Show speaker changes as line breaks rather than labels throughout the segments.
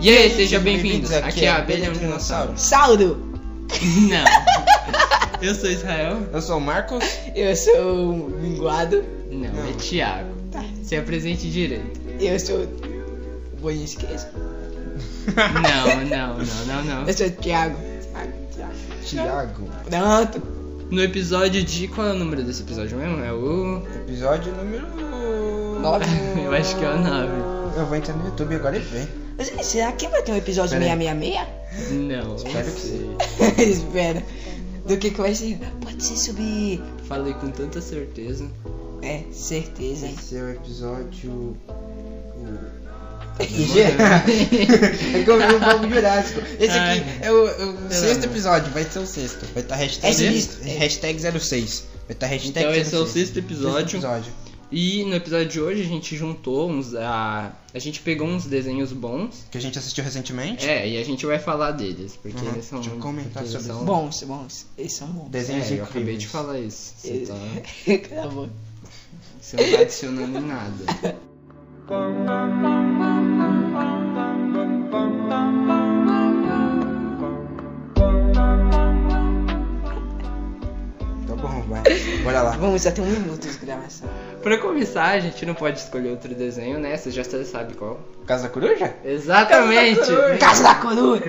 E aí, sejam bem-vindos. Aqui é a Abelha e o Dinossauro.
Saldo!
Não. Eu sou Israel.
Eu sou o Marcos.
Eu sou um o Minguado.
Não,
Não.
é Thiago.
Tá.
Se apresente direito.
Eu sou o Boninho Esquece.
Não, não, não, não, não.
Eu sou o Thiago. Thiago, Thiago.
Tiago.
Pronto.
No episódio de. Qual é o número desse episódio mesmo? É o.
Episódio número.
Nove.
Eu acho que é o 9.
Eu vou entrar no YouTube agora e ver.
Gente, será que vai ter um episódio
Pera aí.
666?
Não.
Espero que sim.
Espera. Do que que vai ser? Pode ser sobre...
Falei com tanta certeza.
É, certeza.
Esse é o episódio. o-
é Mano.
é que eu vi o Bobo Jurássico. Esse
Ai.
aqui é o, é o
Sei lá,
sexto
mano.
episódio, vai ser o sexto. Vai estar hashtag,
É sinistro.
hashtag 06. Vai estar hashtag
Então esse é o
06.
sexto episódio.
Sexto episódio.
E no episódio de hoje a gente juntou uns. A, a gente pegou uns desenhos bons.
Que a gente assistiu recentemente.
É, e a gente vai falar deles. Porque
Uhum.
eles são.
Deixa eu comentar
porque eles
sobre
são-
isso.
Bons, bons. Eles são bons.
É,
Desenhos
eu
incríveis.
acabei de falar isso. Você,
Eles-
tá,
Cala a boca.
você não tá adicionando em nada.
Tá bom, vai. Bora lá.
Vamos, já tem um minuto de gravação.
Pra começar, a gente não pode escolher outro desenho, né? Você já sabe qual.
Casa da Coruja?
Exatamente!
Casa da Coruja!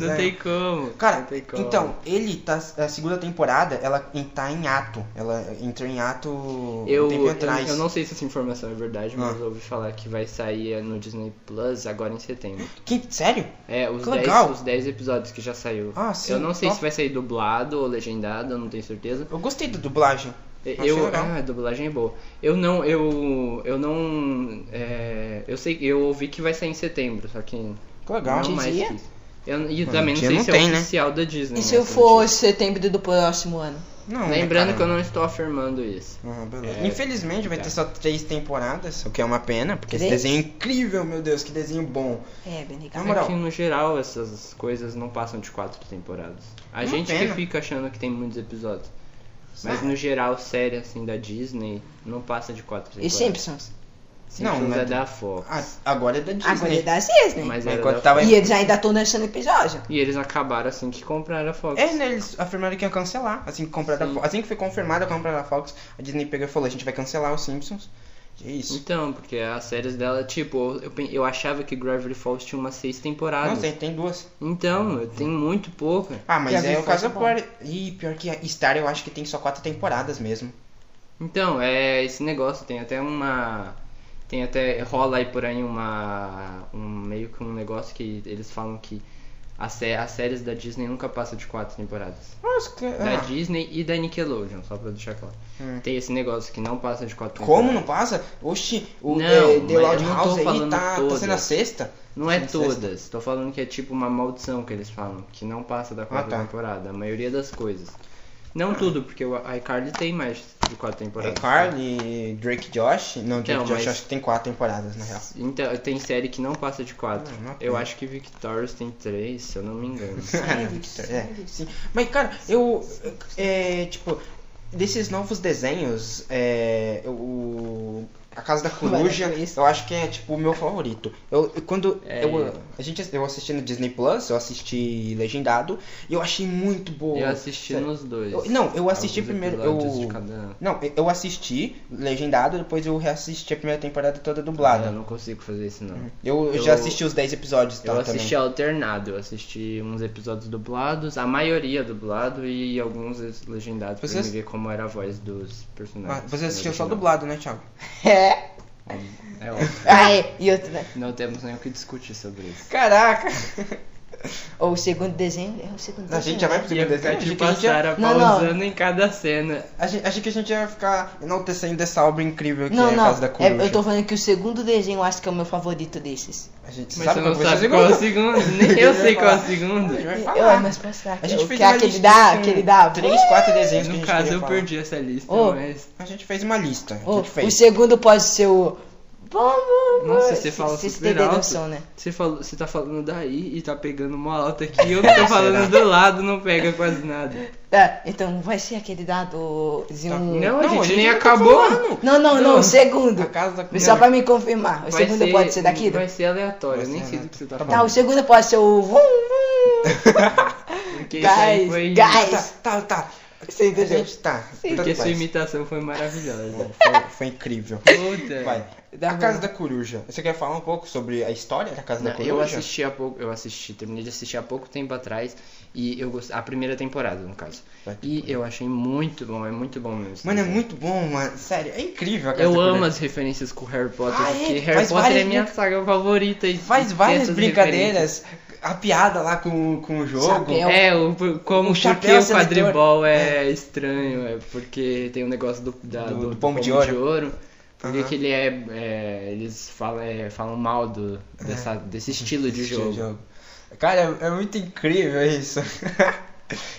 Não tem como.
Cara,
não tem como.
então, ele tá. A segunda temporada, ela em- tá em ato. Ela entrou em ato um
Eu,
tempo
eu,
atrás.
eu não sei se essa informação é verdade, mas
Ah.
eu ouvi falar que vai sair no Disney Plus agora em setembro.
Que- sério?
É, os
Que
10,
legal.
os 10 episódios que já saiu.
Ah, sim,
eu não sei
top.
se vai sair dublado ou legendado, eu não tenho certeza.
Eu gostei da dublagem. Achei
eu,
legal.
ah, a dublagem é boa. Eu não, eu, eu não, é, eu sei, eu ouvi que vai sair em setembro, só que
Que legal.
Não
Dizia?
mais que isso. Eu, e
Mano,
também não
dia
sei
não
se
tem,
é
né?
oficial da Disney.
E se
né,
eu
essa
for
notícia.
setembro do próximo ano?
Não, né,
Lembrando
cara?
que eu não estou afirmando isso.
Ah, beleza.
É,
Infelizmente vai
tá.
ter só três temporadas, o que é uma pena, porque esse
Três?
desenho é incrível, meu Deus, que desenho bom.
É, bem legal.
É
Na moral.
que no geral essas coisas não passam de quatro temporadas. A
É Uma
gente que
pena.
fica achando que tem muitos episódios. Mas
Sabe?
no geral, série assim da Disney não passa de quatro
E
temporadas.
Simpsons?
Simpsons
Não,
é
né?
da Fox.
Ah, agora é da Disney.
Agora é da Disney.
Mas
Mas
era
enquanto
da
tava-
Fox.
E eles ainda estão lançando episódio.
E eles acabaram assim que compraram a Fox.
É, né? Eles afirmaram que ia cancelar. Assim que, compraram a
Sim.
Fo- assim que foi confirmada a compra da Fox, a Disney pegou e falou: a gente vai cancelar os Simpsons. E É isso.
Então, porque as séries dela, tipo, eu, pen- eu achava que Gravity Falls tinha umas seis
Não
temporadas.
sei, tem duas.
Então, tem muito pouca.
Ah, mas
Gravity
é o
Falls
caso
é bom.
pior. Ih, pior que Star eu acho que tem só quatro temporadas mesmo.
Então, é esse negócio, tem até uma. Tem até. rola aí por aí uma. um meio que um negócio que eles falam que a sé- as séries da Disney nunca passam de quatro temporadas.
Nossa, que...
Da
ah,
Disney e da Nickelodeon, só pra deixar claro.
hum.
Tem esse negócio que não passa de quatro
Como não
temporadas.
passa? Oxi, o
Não,
é,
mas
The Loud
eu não tô
House aí
falando
tá, tá
todas.
sendo a sexta.
Não é
Sim,
todas, tô falando que é tipo uma maldição que eles falam, que não passa da quarta
tá.
temporada, a maioria das coisas. Não tudo, porque o iCarly tem mais de quatro
É
temporadas.
Carly, Drake Josh. Não, Drake
Não,
Josh
mas-
acho que tem quatro temporadas, na real.
Então, tem série que não passa de quatro.
Ah, uma
eu
pena.
acho que Victorious tem três, se eu não me engano.
É, sim. Mas, cara, eu. É, tipo, desses novos desenhos, é. O. A Casa da Coruja,
Vai, é isso.
eu acho que é, tipo, o meu favorito. Eu, eu- quando
É.
eu, a gente, eu assisti no Disney Plus, eu assisti Legendado, e eu achei muito boa.
eu assisti
Sério.
nos dois.
Eu- não, eu assisti
Alguns
primeiro,
episódios
eu-
de cada- um.
Não, eu- eu assisti Legendado, depois eu reassisti a primeira temporada toda
Eu
dublada.
não consigo fazer isso, não.
Eu, eu
É. Eu-
já assisti os 10 episódios
Eu
tá,
assisti
também.
alternado, eu assisti uns episódios dublados, a maioria dublado e alguns legendados
Você
pra me
ass-
ver como era a voz dos
Ah,
personagens.
você assistiu só
original.
dublado, né, Thiago?
É.
É óbvio.
Ah, é. E outro, né?
Não temos nem o que discutir sobre isso.
Caraca!
Ou o segundo desenho. É o segundo
A
desenho.
gente já vai pro
Ia
segundo
ficar de
desenho? Achei que a gente ia-
passar a
Não, não.
pausando em cada cena.
Achei, achei que a gente ia ficar enaltecendo essa obra incrível que
Não,
é a
não.
Casa da
É,
Coruja.
eu tô falando que o segundo desenho eu acho que é o meu favorito desses.
A gente
Mas
sabe
você não
qual foi o
sabe qual é o
segundo?
segundo. Nem eu
Eu ia
sei qual é o
falar.
segundo.
Eu ia
Eu,
falar.
eu mas mostrar.
A gente
que
fez
é
uma
aquele
lista
da,
com
aquele da.
Três, quatro desenhos que a
No
gente
caso,
queria
eu
falar.
perdi essa lista,
Ô.
mas.
A gente fez uma lista. que a
Ô,
gente fez.
o segundo pode ser o Vamos!
Nossa, você fala
Você
super
tem
alto.
noção, né?
Você, falou, você tá falando daí e tá pegando uma alta aqui, eu não tô falando do lado, não pega quase nada.
Tá, então vai ser aquele dado de um...
Não, a
Tá. Não,
gente,
a gente
nem
não tá
acabou.
falando.
não, não, não,
Não.
segundo.
A casa da
Só pra me confirmar. O
Vai
segundo
ser-
pode ser daqui? né?
Vai ser aleatório, eu nem
Vai ser
sei do que você tá
Tá, o
falando.
segundo pode ser o... Vum, vum.
Porque isso aí
Tá Guys,
foi...
guys.
Tá, tá.
Você entendeu?
Tá. tanto
Porque sua
faz.
imitação foi maravilhosa.
Foi- Foi incrível.
Puta.
Vai.
Dá
a
bom.
Casa da Coruja. Você quer falar um pouco sobre a história da Casa da
Não,
Coruja?
eu assisti há pouco, eu assisti, terminei de assistir há pouco tempo atrás e eu gost... a primeira temporada, no caso.
Vai que
E eu achei muito bom, é muito bom mesmo.
Mano, é muito bom, mano. Sério, é incrível a Casa
Eu
da Coruja.
amo as referências com Harry Potter,
Ah, é?
porque Harry
Faz
Potter é
várias
minha
brinca-
saga favorita. E
Faz
tem
várias
essas
brincadeiras, a piada lá com, com o jogo.
Chapéu.
É, o, por- como
O
porque
chapéu
o
seletor.
quadribol é estranho, é porque tem o negócio do, da- do,
Do- do
do
pombo de
pombo
ouro.
porque
Aham.
que ele é, é, eles falam, é, falam mal do,
É.
dessa- desse estilo de
Assistir
jogo.
o Cara, é, é muito incrível isso.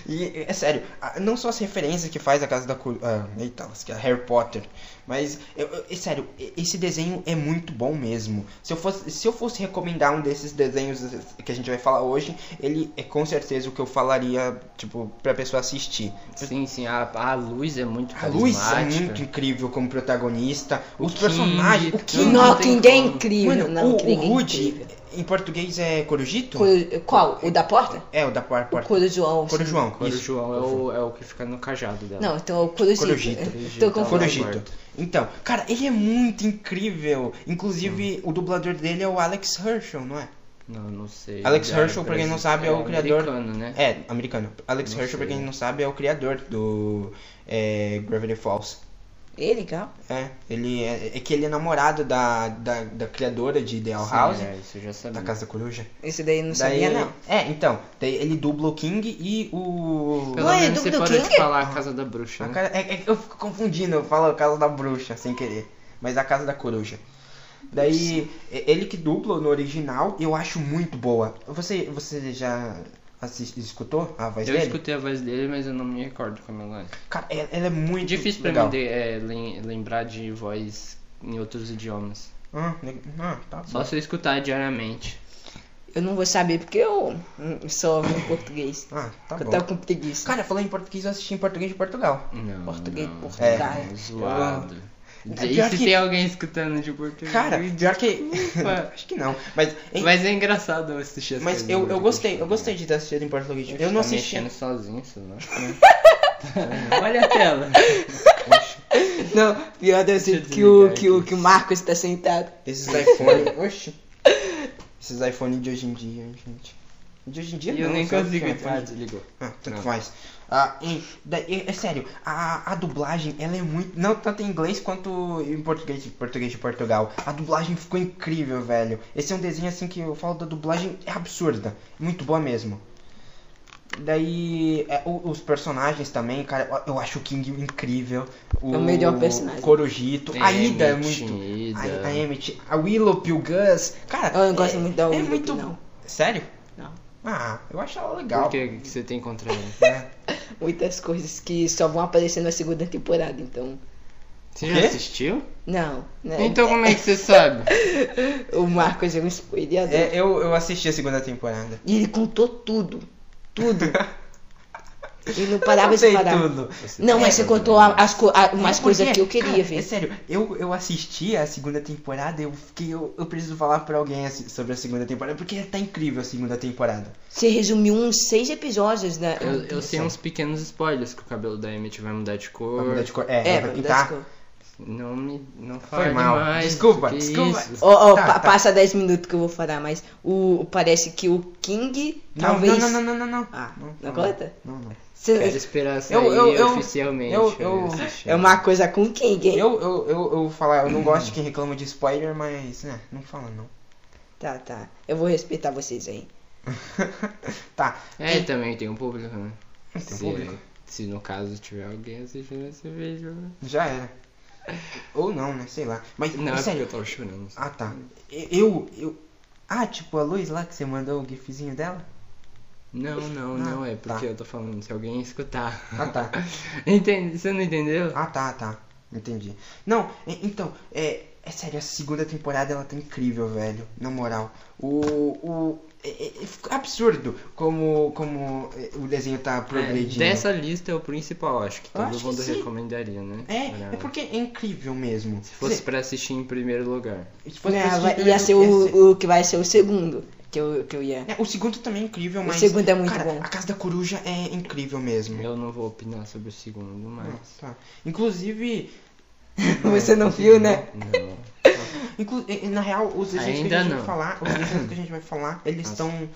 e é sério, a- não só as referências que faz a casa da Cor- ah, eita, que é Harry Potter, mas eu- eu- é sério, e- esse desenho é muito bom mesmo. Se eu fosse, se eu fosse recomendar um desses desenhos que a gente vai falar hoje, ele é com certeza o que eu falaria, tipo, pra pessoa assistir.
Sim, sim, a, a luz é muito
A Luiz é
carismática.
muito incrível como protagonista,
O
os
King,
personagens, o
tudo.
King,
Não,
Não tem
ninguém é
como.
incrível.
Mano,
não,
o,
que
o
ninguém é
Rude,
incrível.
em português é Corujito?
Coro- Qual? O da porta?
É, o da par-
O
porta.
Corujão.
Coro João.
Agora o
isso.
João é o, é o que fica no cajado dela.
Não, então é o Corujito.
Corujito.
Tô
Corujito.
confuso.
Corujito.
Corujito. Então, cara, ele é muito incrível. Inclusive, o dublador dele é o Alex Herschel, não é?
Não, não sei.
Alex
Ele é
Herschel, pra quem não
brasile-
sabe, é o criador-
Americano, né?
É, americano. Alex
Não
Herschel, pra
sei.
quem não sabe, é o criador do é, Gravity Falls.
É legal.
É, ele é, é que ele é namorado da, da, da criadora de Ideal
Sim,
House,
é, isso eu já sabia.
da Casa da Coruja.
Esse daí eu não sabia,
Daí-
não.
É, então, daí ele dubla o King e o...
Pelo
Ué,
menos
do-
você
do
parou de
King?
falar a Casa da Bruxa,
A
né?
cara- é- é que eu fico confundindo, eu falo Casa da Bruxa, sem querer. Mas a Casa da Coruja. Daí, e- ele que dupla no original, eu acho muito boa. Você, você já assiste, escutou a voz
Eu
é dele?
escutei a voz dele, mas eu não me recordo como ela é.
Cara, ela, ela é muito
Difícil pra
legal.
mim de- é, lem- lembrar de voz em outros idiomas.
Ah, le- ah, tá bom.
Só se eu escutar diariamente.
Eu não vou saber porque eu hum, só vi em português.
Ah, tá
eu
bom.
tava com preguiça.
Cara, falando em português, eu assisti em português de Portugal.
Não,
Português,
Hum, não.
português.
É, zoado.
É
E
pior
se
que-
tem alguém escutando de português?
Cara, pior que...
Ué.
acho que não. Mas, em-
Mas é engraçado eu assistir as
mas
coisas
eu,
em
eu
português.
gostei, eu gostei de ter assistido em português. Eu,
né? tá
não assisti...
mexendo sozinho, sei lá. né? Olha a tela.
Não, pior deve ser
Deixa eu
que o,
desligar
que, o,
aqui.
que o Marcos tá sentado.
Esses iPhone. Oxi. Esses iPhone de hoje em dia, gente. De hoje em dia
E
não,
eu nem
só
consigo
que é
entrar,
iPhone.
desligou.
Ah, tanto
Não.
É.
faz. Ah, e, da- e- é sério, a, a dublagem, ela é muito. Não tanto em inglês quanto em português, português de Portugal. A dublagem ficou incrível, velho. Esse é um desenho assim que eu falo da dublagem, é absurda. Muito boa mesmo. Daí, é, o- os personagens também, cara, eu- eu acho o King incrível. O,
É o melhor personagem.
Corujito. A Ida é muito.
Ida.
A, a Emmett, a Willow, o Gus. Cara,
Ah, Eu não gosto
é-
muito da
É
Willoughby,
muito.
não.
Sério?
Não.
Ah, eu acho ela legal.
Por que que você tem contra ele?
né?
Muitas coisas que só vão aparecer na segunda temporada, então.
Você
Quê?
já assistiu?
Não, né?
Então como é que você sabe?
O Marcos é um spoileador.
É, eu, eu assisti a segunda temporada.
E ele contou tudo. Tudo. Ele não parava
eu
de
sei
parar.
tudo.
É.
Não, mas você contou a- as, co- a- umas
Porque,
coisas que eu queria
cara,
ver.
É sério, eu, eu assisti a segunda temporada, eu fiquei. Eu, eu preciso falar pra alguém assim, sobre a segunda temporada, porque tá incrível a segunda temporada.
Você resumiu uns seis episódios, né?
Eu, eu sei uns pequenos spoilers que o cabelo da Emmett vai mudar de cor.
Vai mudar de cor- É,
É,
vai
mas
pintar.
desculpa.
Não me. Não
Foi
fala
mal.
demais.
Desculpa,
que
desculpa.
isso?
Ó, ó,
Tá,
pa-
tá.
passa 10 minutos que eu vou falar, mas o, parece que o King
Não,
talvez.
não, não, não, não, não.
Ah, não,
não.
conta?
Não, não.
Cê-
Quero esperar sair
Eu- eu- eu-
oficialmente.
eu-
pra
eu-
assistir.
É uma coisa com o King, hein?
Eu, eu, eu, eu vou falar, eu
Hum.
não gosto de quem reclama de spoiler, mas. né, não fala não.
Tá, tá. Eu vou respeitar vocês aí.
tá.
É, também tem um público, né?
Tem
se,
público.
se no caso tiver alguém assistindo esse vídeo. né?
Já era. Ou não, né? Sei lá. Mas,
Não, é porque
sério.
eu tava chorando.
Ah, tá. Eu, eu. Ah, tipo a Luiz lá que você mandou o gifzinho dela?
Não, não,
Ah,
não, é
tá.
porque eu tô falando, se alguém escutar.
Ah, tá.
Entende? Você não entendeu?
Ah, tá, tá. Entendi. Não, e- então, é. É sério, a segunda temporada ela tá incrível, velho. Na moral. O. o é, é- é fica absurdo como, como é, o desenho tá progredindo.
dessa lista é o principal, acho que
Eu
todo
acho que
mundo
sim.
recomendaria, né? Pra-
É, é porque é incrível mesmo.
Se fosse pra assistir em primeiro lugar.
se fosse pra
Não,
assistir
vai-
primeiro,
ia ser o, o que vai ser o segundo que eu, que eu ia.
É, o segundo também é incrível,
O
mas.
segundo é muito
cara,
bom.
A Casa da Coruja é incrível mesmo.
Eu não vou opinar sobre o segundo, mas.
Nossa. Inclusive, é,
Você não viu, né?
Não.
inclu- e- e, na real, os desenhos que
Ainda
a gente vai
não.
falar, os desenhos que a gente vai falar, eles
Nossa.
estão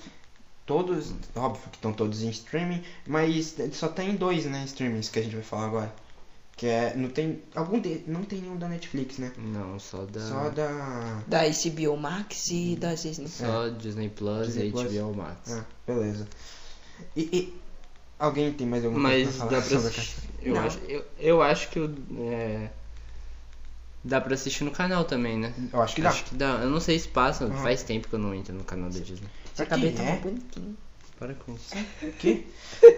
todos, óbvio que estão todos em streaming, mas só tem dois, né, streamings que a gente vai falar agora. Que é, não tem, algum de, não tem nenhum da Netflix, né?
Não, só da.
Só da
Da HBO Max e da Disney.
só Disney Plus
é. Disney
e
Plus.
HBO Max.
Ah, beleza. E, e- alguém tem mais alguma coisa
Mas
pra
dá
falar
pra
sobre a
assistir.
Casa-
Eu
Não.
acho, eu, eu acho que o. é, Dá pra assistir no canal também, né?
Eu acho que dá.
Acho que dá. Eu não sei se passa,
Uhum.
faz tempo que eu não entro no canal da Disney.
Pra
Essa
quem
cabeça
é?
tá bonitinha.
Para com isso.
Que?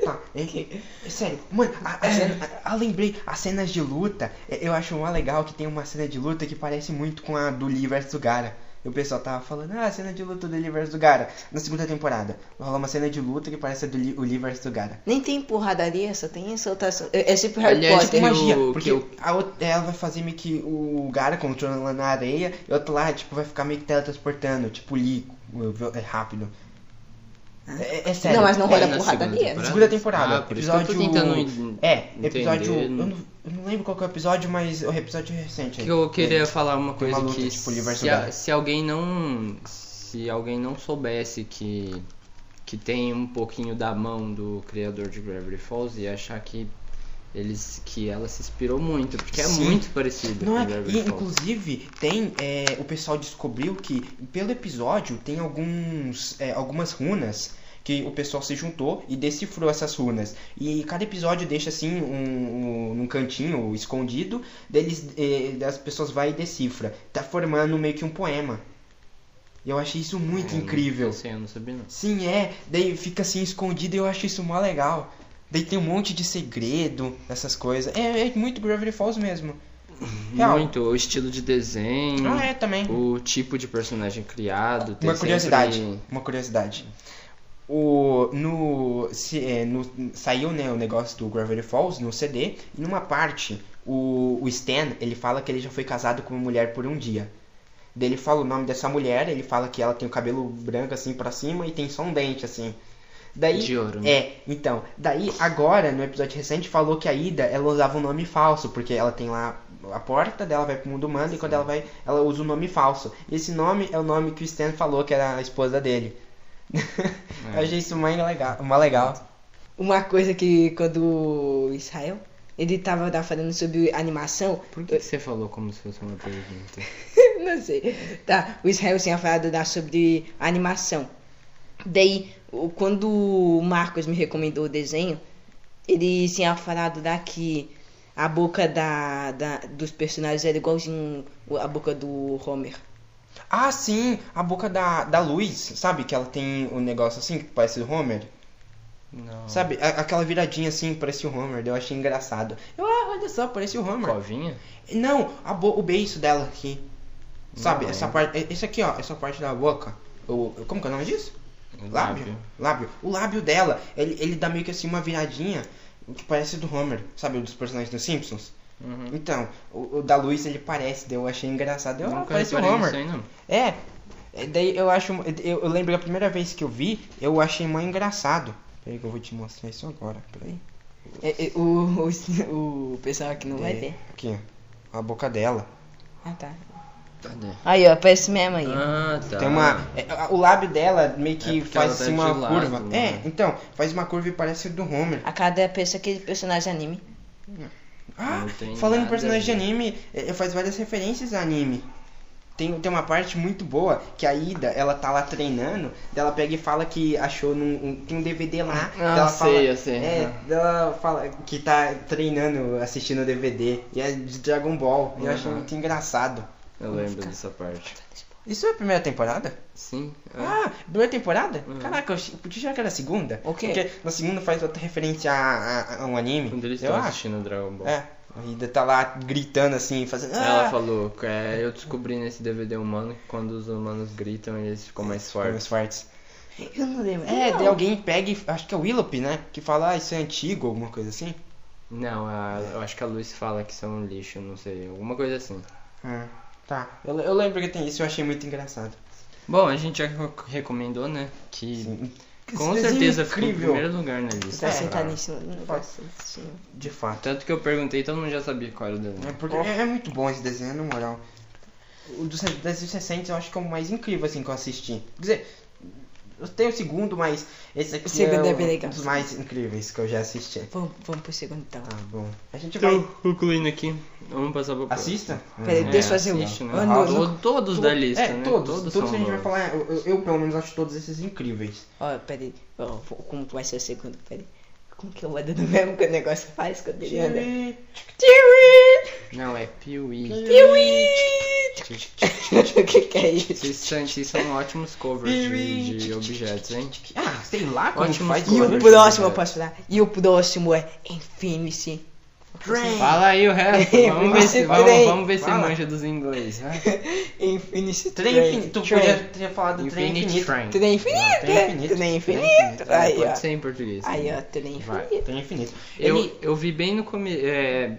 Tá, é, é- é sério, mano, a, a cena- a- a- lembrei, as cenas de luta, é, eu acho mó legal que tem uma cena de luta que parece muito com a do Lee vs Gara. E o pessoal tava falando, ah, a cena de luta do Lee vs Gara, na segunda temporada. Rola uma cena de luta que parece a do Lee, o Lee vs Gara.
Nem tem porradaria, só tem exaltação. É, é sempre Harry
Aliás,
Potter.
tem
Mas-
Magia,
o-
porque
que o-
a outra- ela vai fazer meio que o Gara controlando ela na areia, e o outro lá, tipo, vai ficar meio que teletransportando, tipo, o Lee, o- o- é rápido. É, é sério.
Não, mas não rola
na
porradaria.
segunda
É, Segunda temporada.
Ah, por isso que eu tô
episódio-
tentando en-
É, episódio.
entender.
Eu não, eu não lembro qual que é o episódio, mas o episódio recente. aí. É.
que eu queria falar uma
Tem
coisa
uma luta,
que
tipo, ele vai
se, a-
jogar.
se alguém não se alguém não soubesse que que tem um pouquinho da mão do criador de Gravity Falls e achar que eles que ela se inspirou muito porque
Sim.
é muito parecido
Não
com
é?
Gravity
E,
Falls
inclusive, tem. é, o pessoal descobriu que, pelo episódio, tem alguns. é, algumas runas que o pessoal se juntou e decifrou essas runas. E cada episódio deixa assim um, um, num cantinho escondido, deles, é, das pessoas vai e decifra. Tá formando meio que um poema. E eu achei isso muito
É, não-
incrível.
não sei, eu não sabia não
Sim, é. Daí fica assim escondido e eu acho isso mó legal. Daí tem um monte de segredo, essas coisas. É, é muito Gravity Falls mesmo. Real.
muito o estilo de desenho
Ah, é também.
o tipo de personagem criado tem
Uma curiosidade.
sempre-
Uma curiosidade. O, no, se, é, no- saiu né, o negócio do Gravity Falls no CD. E numa parte, o, o Stan ele fala que ele já foi casado com uma mulher por um dia. Daí ele fala o nome dessa mulher, ele fala que ela tem o cabelo branco assim pra cima e tem só um dente assim. Daí,
De ouro, né?
É, então. Daí, agora, no episódio recente, falou que a Ida, ela usava um nome falso, porque ela tem lá a porta dela, vai pro mundo humano, e quando ela vai, ela usa um nome falso. E esse nome é o nome que o Stan falou que era a esposa dele.
É.
Eu achei isso mais legal. Uma legal.
Uma coisa que quando o Israel, ele tava lá falando sobre animação,
por que que você falou como se fosse uma pergunta
não sei. Tá, o Israel tinha falado lá sobre animação. Daí, o- quando o Marcos me recomendou o desenho, ele tinha falado lá que a boca da, da- dos personagens era igualzinho a boca do Homer.
Ah, sim, a boca da, da Luz, sabe? Que ela tem um negócio assim, que parece o Homer.
não
Sabe? A- aquela viradinha assim, parece o Homer. daí Eu achei engraçado. Eu, ah, olha só, parece o Homer.
covinha
Não, a bo- o beiço dela aqui. Sabe,
Não,
essa
é.
parte. Isso aqui, ó, essa parte da boca. O, como que é o nome disso? Lábio. Lábio. O lábio dela, ele, ele dá meio que assim uma viradinha que parece do Homer, sabe? Dos personagens dos Simpsons.
Uhum.
Então, o, o da Luz ele parece, daí eu achei engraçado. Eu, ah,
Nunca
parece o
reparei
Homer.
nisso aí, não.
É. É, Daí eu acho. Eu, eu lembro a primeira vez que eu vi, eu achei mó engraçado. Peraí que eu vou te mostrar isso agora. Peraí.
É, é, o, o, o pessoal aqui não vai
É,
ver.
Aqui, ó. A boca dela.
Ah, tá.
Cadê?
Aí, ó, parece mesmo aí.
Ah, tá.
Tem uma. é, a- o lábio dela meio que
É porque
faz
ela tá
assim,
de
uma
lado,
curva.
né?
É, então, faz uma curva e parece o do Homer.
A cada pessoa que personagem anime.
Ah,
tem
falando em
nada
personagem de
a ver.
anime, é, é, faz várias referências a anime. Tem, tem uma parte muito boa que a Ida, ela tá lá treinando, daí ela pega e fala que achou num. um- tem um DVD lá.
Ah,
daí ela fala,
sei, eu sei.
É, daí ela fala que tá treinando, assistindo o DVD. E é de Dragon Ball. E eu acho
Uhum.
muito engraçado.
Eu lembro dessa parte.
Isso é a primeira temporada?
Sim. Ah,
Ah, primeira temporada?
Uhum.
Caraca, eu achei- podia achar que era a segunda.
O quê?
Porque na segunda faz outra referência a, a- a um anime.
quando eles
eu
estão
acho.
assistindo Dragon Ball.
É. A Ida tá lá gritando assim, fazendo.
Aí Ela
"Ah!"
falou, é, eu descobri nesse DVD humano que quando os humanos gritam eles ficam mais
Ficam
fortes.
mais fortes.
Eu não lembro.
É,
Não.
daí alguém pega e. Acho que é o Willop, né? Que fala, ah, isso é antigo, alguma coisa assim.
Não, a- eu acho que a Luz fala que são um lixo, não sei, alguma coisa assim.
Ah, tá. Eu, eu lembro que tem isso, eu achei muito engraçado.
Bom, a gente já rec- recomendou, né? Que
Sim.
com
Esse desenho
certeza
é
ficou em primeiro lugar na lista.
Tá
É,
sentado
cara.
em cima do negócio. assim.
De fato.
Tanto que eu perguntei, todo mundo já sabia qual era o
É,
desenho.
porque é, é muito bom esse desenho, na moral. O dos, das recentes eu acho que é o mais incrível, assim, que eu assisti. Quer dizer, eu tenho o segundo, mas esse aqui
O segundo
é,
é bem
um
legal.
dos mais incríveis que eu já assisti.
Vamos, vamos pro segundo então.
Tá bom. A gente vai...
Então, concluindo aqui, vamos passar pro próximo.
Assista? Uhum.
Peraí,
É,
deixa eu fazer um.
assiste, né?
Ah, não,
To-
não.
Todos da lista,
é,
né?
todos. Todos,
são
que a gente vai
bons.
falar, eu, eu- eu, pelo menos acho todos esses incríveis.
Ó, peraí. Ó, como que vai ser o segundo? Peraí. Como que eu vou dando mesmo que o negócio faz quando ele anda? Tiwi!
Não, é Pee-wee.
Tiwi! O que que é isso?
Vocês são, vocês são ótimos covers de, de objetos, hein?
Ah, sei lá como
Ótimos
faz.
E
covers.
o
Olha,
próximo,
cara.
eu posso falar? E o próximo é Infinity.
Fala aí o resto, vamos ver se,
Esse
vamos,
trem.
vamos ver se
Fala.
manja dos inglês. né? Vai.
Infinity
Trem infinito. Tu
Train.
podia ter falado trem
Infinite
infinito.
Train.
Trem infinito,
Trem
é?
infinito.
Trem
Trem
infinito.
infinito.
Aí, ó.
Pode ser em português.
Aí,
né?
ó, trem
Vai.
infinito.
Trem infinito.
Eu,
Ele-
eu vi bem no começo.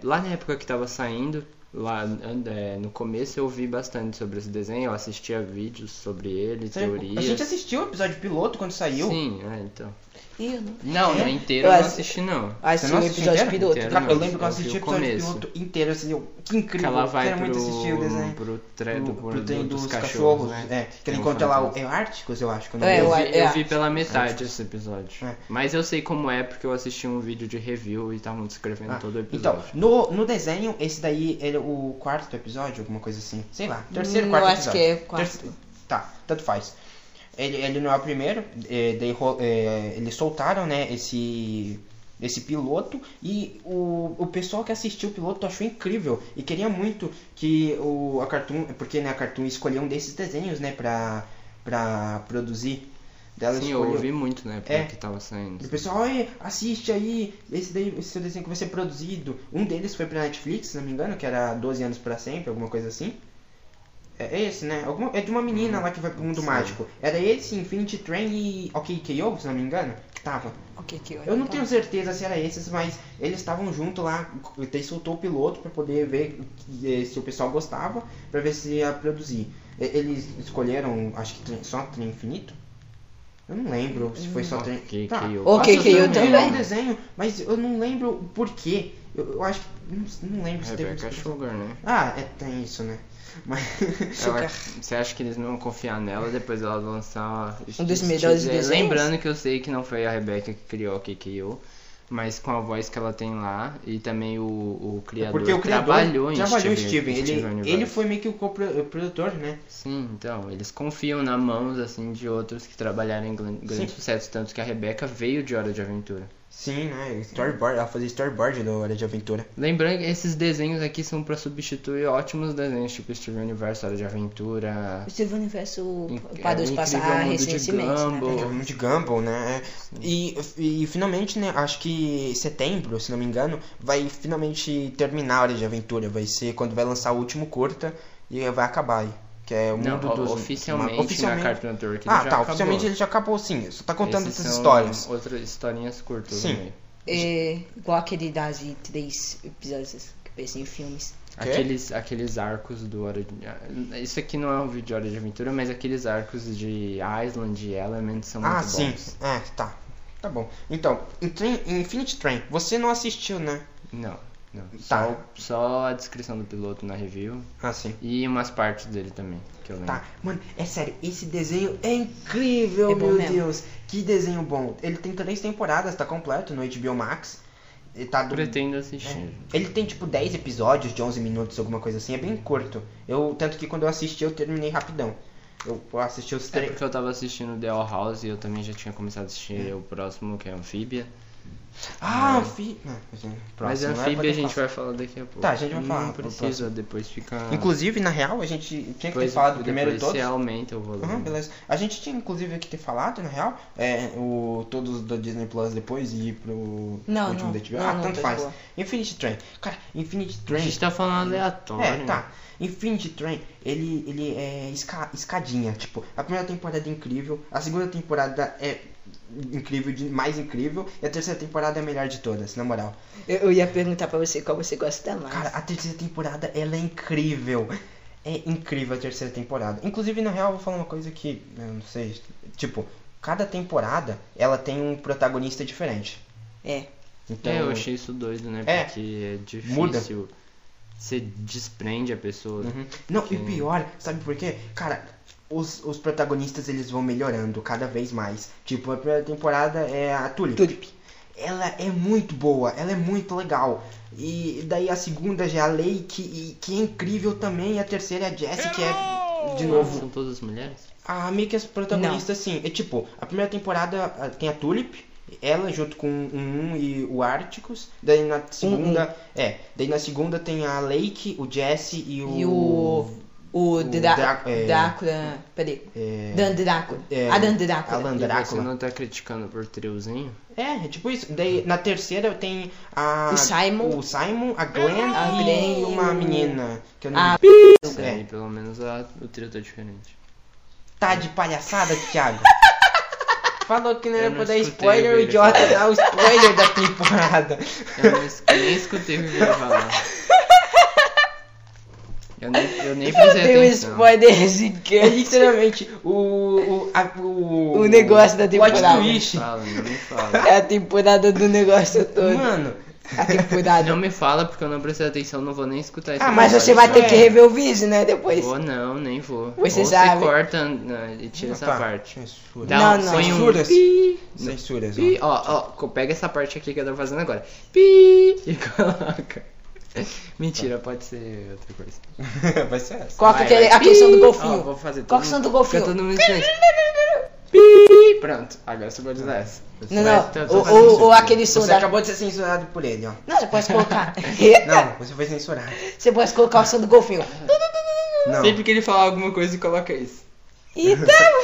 lá na época que tava saindo, lá and- é, no começo eu vi bastante sobre esse desenho, eu assistia vídeos sobre ele, teorias.
A gente assistiu o episódio piloto quando saiu.
Sim, é, então.
Ih, eu não.
Não,
É?
não inteiro
Eu
eu não
assi-
assisti não.
Você
Assim,
não assistiu
o episódio
inteiro?
piloto.
Inteiro.
Cara, eu
não,
lembro que eu
eu vi
assisti o
o
episódio
começo.
piloto inteiro, assim, eu, que
Que
incrível.
ela vai
quero muito assistir o
pro,
desenho.
pro, tre, do, pro,
pro trem
dos,
dos
cachorros,
cachorros,
né?
é. Que ele
Tem um
encontra lá o
fantasma.
é o Árticos, eu acho. que o
É,
nome
eu
o
dele.
Ar-
vi, eu
é.
vi pela metade esse episódio.
É.
Mas eu sei como é porque eu assisti um vídeo de review e estavam descrevendo
Ah,
todo o
Então,
episódio.
no, no desenho, esse daí ele é o quarto episódio, alguma coisa assim. Sei lá. Terceiro,
Hum,
quarto
eu acho
episódio.
que é quarto.
Terce- Tá, tanto faz. Ele, ele não é o primeiro. é, daí ro- é, eles soltaram, né, esse. Esse piloto e o, o pessoal que assistiu o piloto achou incrível e queria muito que o, a Cartoon, porque né, a Cartoon escolheu um desses desenhos, né, pra, pra produzir. Dela
Sim, eu
escolheu.
ouvi muito na época
É.
que tava saindo.
E O pessoal, "Oi, assiste aí, esse, daí, esse seu desenho que vai ser produzido. Um deles foi pra Netflix, se não me engano, que era 12 anos pra sempre, alguma coisa assim. É é esse, né? Alguma, é de uma menina lá que vai pro mundo
sei.
mágico. Era esse, Infinity Train e OK KO, se não me engano, que tava.
O que tá? que
Eu não tenho certeza se era esses, mas eles estavam junto lá, daí soltou o piloto pra poder ver eh, se o pessoal gostava, pra ver se ia produzir. E- Eles escolheram, acho que Trem- só Trem Infinito? Eu não lembro se foi só Trem...
Hum. Ok,
Tá.
que eu-
Ok,
Nossa,
que eu
também.
Virou um
também.
desenho, mas eu não lembro o porquê. Eu, eu acho que. Não, não lembro se teve. um
Rebecca Sugar, né?
Ah, é, tem isso, né? Mas.
Ela- você acha que eles não vão confiar nela depois ela lançar
Um dos melhores
é,
desenhos?
Lembrando que eu sei que não foi a Rebecca que criou a KKO, mas com a voz que ela tem lá e também o, o criador,
É Porque o criador
trabalhou em
trabalhou em
Steven,
Steven.
Steven
Ele, ele
Universe.
foi meio que o co-produtor, né?
Sim, então, eles confiam na mãos assim de outros que trabalharam em gran-
Sim.
grandes sucessos, tanto que a Rebecca veio de Hora de Aventura.
Sim, né? Storyboard, ela fazia storyboard do Hora de Aventura.
Lembrando que esses desenhos aqui são pra substituir ótimos desenhos, tipo Steven Universe, Hora de Aventura,
O Steve Universo
Inc-
para os
é, o
passar
Incrível Mundo de
recentemente.
Gumball.
Né?
É um de Gumball, né? E, e finalmente, né? Acho que setembro, se não me engano, vai finalmente terminar a Hora de Aventura. Vai ser quando vai lançar o último curta e vai acabar aí. Que é o
Não,
mundo
o-
dos.
oficialmente,
oficialmente-
na Cartoon Network ele
Ah,
já
tá.
acabou.
Oficialmente ele já acabou, sim. Só tá contando
Esses
essas
são
histórias.
Outras historinhas curtas.
Sim.
né?
É, igual aquele das de três episódios que pensa em filmes.
Quê?
Aqueles, aqueles arcos do Hora de... ah, Isso aqui não é um vídeo de Hora de Aventura, mas aqueles arcos de Island e Element são
Ah,
muito
sim.
bons.
É, tá. Tá bom. Então, em Train- em Infinity Train, você não assistiu, né?
Não, não.
Tá.
Só, só a descrição do piloto na review
Ah, sim.
e umas partes dele também, que eu lembro.
Tá, mano, é sério, esse desenho é incrível,
Hum. É bom
meu
mesmo.
Deus. Que desenho bom. Ele tem três temporadas, tá completo no HBO Max. E tá do...
Pretendo assistir. É
Ele tem tipo 10 episódios de 11 minutos, alguma coisa assim, é bem curto. Eu, tanto que quando eu assisti, eu terminei rapidão. Eu eu assisti os
É
três.
porque eu tava assistindo The All House e eu também já tinha começado a assistir o próximo, que é Amphibia.
Ah, anfíbio. Não, ok,
é. Mas
próximo, não é
anfíbio a
poder
gente
falar.
vai falar daqui a pouco.
Tá, a gente vai falar
Não
pro
precisa, depois fica.
Inclusive, na real, a gente tinha que ter
depois,
falado primeiro
depois
todos.
Se aumenta, eu vou ler.
Aham, beleza. A gente tinha inclusive que ter falado, na real, é, o, todos da Disney Plus depois e ir pro
Não,
último
não.
da HBO.
Não,
ah,
não,
tanto
tá de
faz.
boa.
Infinity Train. Cara, Infinity
A
Train.
gente tá falando aleatório. né?
É, tá. Infinity Train, ele, ele é esca- escadinha. Tipo, a primeira temporada é incrível, a segunda temporada é incrível, de, mais incrível, e a terceira temporada é a melhor de todas, na moral.
Eu, eu ia perguntar pra você qual você gosta mais.
Cara, a terceira temporada, ela é incrível. É incrível a terceira temporada. Inclusive, na real, eu vou falar uma coisa que, eu não sei, tipo, cada temporada, ela tem um protagonista diferente.
É.
Então,
É, eu achei isso doido, né?
É.
Porque é difícil.
Muda.
Você desprende a pessoa.
Uhum. Não, e
Sim.
pior, sabe por quê? Cara, os, os protagonistas, eles vão melhorando cada vez mais. Tipo, a primeira temporada é a Tulip.
Tulip.
Ela é muito boa, ela é muito legal. E daí a segunda já é a Lei, que, e- que é incrível também. E a terceira é a Jessie, que é, de novo,
São todas mulheres?
A meio que as protagonistas, sim. É tipo, a primeira temporada ah, tem a Tulip, ela junto com o Um e o Articus. Daí
Um,
na segunda. É, daí na segunda tem a Lake, o Jesse e o.
E o. O,
o
Drá-
Drá- é.
Drácula. Peraí.
É.
Dan Drácula.
É.
Adam Drácula.
Alan
E Você
Drácula.
não tá criticando por triozinho?
É, é tipo isso. Daí na terceira tem a.
O Simon. Ah,
O Simon, a Glenn
A Ah.
e
Glenn e
uma
o-
menina. Que eu não
A
lembro.
Isso
É.
aí, pelo menos a- o trio tá diferente.
Tá de palhaçada, Thiago. Falou que não
Eu
era
não
pra dar
escutei
spoiler,
o
o
que ele
idiota
falou.
dá o spoiler da temporada.
Eu não es- nem escutei o que ele falar. Eu nem, eu nem prestei
Deu
atenção.
um spoiler
É
gigante.
literalmente o. O, a- o,
O negócio da temporada.
Plot
Nem
twist.
fala, não me fala.
É a temporada do negócio todo.
Mano.
A temporada.
Não me fala porque eu não prestei atenção, não vou nem escutar isso.
Ah,
Mas você vai ter que rever o vídeo, né? Depois.
Vou não, nem vou.
Você
Ou
sabe.
Você corta né, e tira essa
Tá,
parte.
Censura.
Dá
Não,
um,
não.
Põe um
Censuras.
pi,
Censuras, ó.
pi. Ó, ó, co- pega essa parte aqui que eu tô fazendo agora. Pi e coloca. Mentira, pode ser outra coisa.
Vai ser essa.
Coloca
Vai,
aquele,
vai.
é a questão do
Pi.
golfinho.
Ó, vou fazer todo
Qual questão
mundo-
do golfinho?
Fica todo mundo em silêncio. Pi. Pronto, agora você pode usar essa.
Não,
Vai,
não.
tá- tá
Ou,
fazendo
ou, ou
sentido.
aquele som
Você
da.
acabou de ser censurado por ele, ó.
Não, você pode colocar.
Não, você foi censurado.
você pode colocar o som do golfinho.
Não.
Sempre que ele falar alguma coisa, coloca isso.
Então.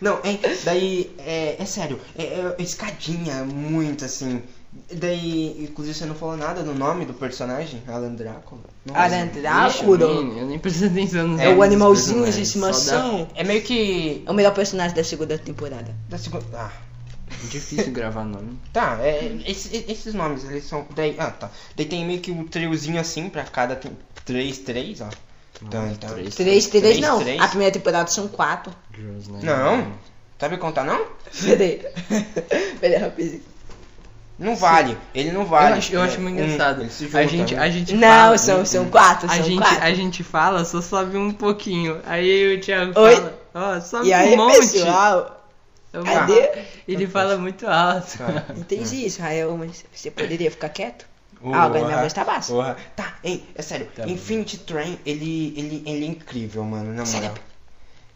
Não, hein? Daí, é, é sério, é, é escadinha, muito assim. Daí, inclusive, você não falou nada do nome do personagem, Alan Drácula. Nossa.
Ah, Arandráculo.
Ixi, eu nem prestei atenção nos
É,
nomes
o
dos
animalzinho de
personagens. Só
estimação.
É meio que.
É o melhor personagem da segunda temporada.
Da segunda. Ah.
dá- Difícil gravar nome.
Tá, é, esse- esses, nomes, eles são. Daí, ah, tá. Daí tem meio que um triozinho assim pra cada. Tem três, três, ó. Então, então.
três.
Tá,
né?
Três, três,
Três,
não.
três.
A primeira temporada são quatro.
Girls Night
Não.
Out.
Sabe contar, não?
Peraí. Peraí, rapidinho.
Não vale. Ele não
Eu
vale.
acho, eu acho muito
Um,
engraçado.
ele se
a
junta,
gente,
né?
a gente
tá Não,
fala,
são, são quatro,
a
são
gente,
quatro.
a gente fala, só sobe um pouquinho. Aí o Thiago
Oi?
fala, ó, sobe
E aí,
um monte.
pessoal,
Eu-
cadê?
Ele fala muito alto.
Tá.
Entendi, Israel, mas você poderia ficar quieto?
Porra,
Ah, agora minha voz tá baixa.
porra. Tá, hein, é sério.
Tá bom.
Infinity Train, ele, ele, ele é incrível, mano, na
Sério?
moral.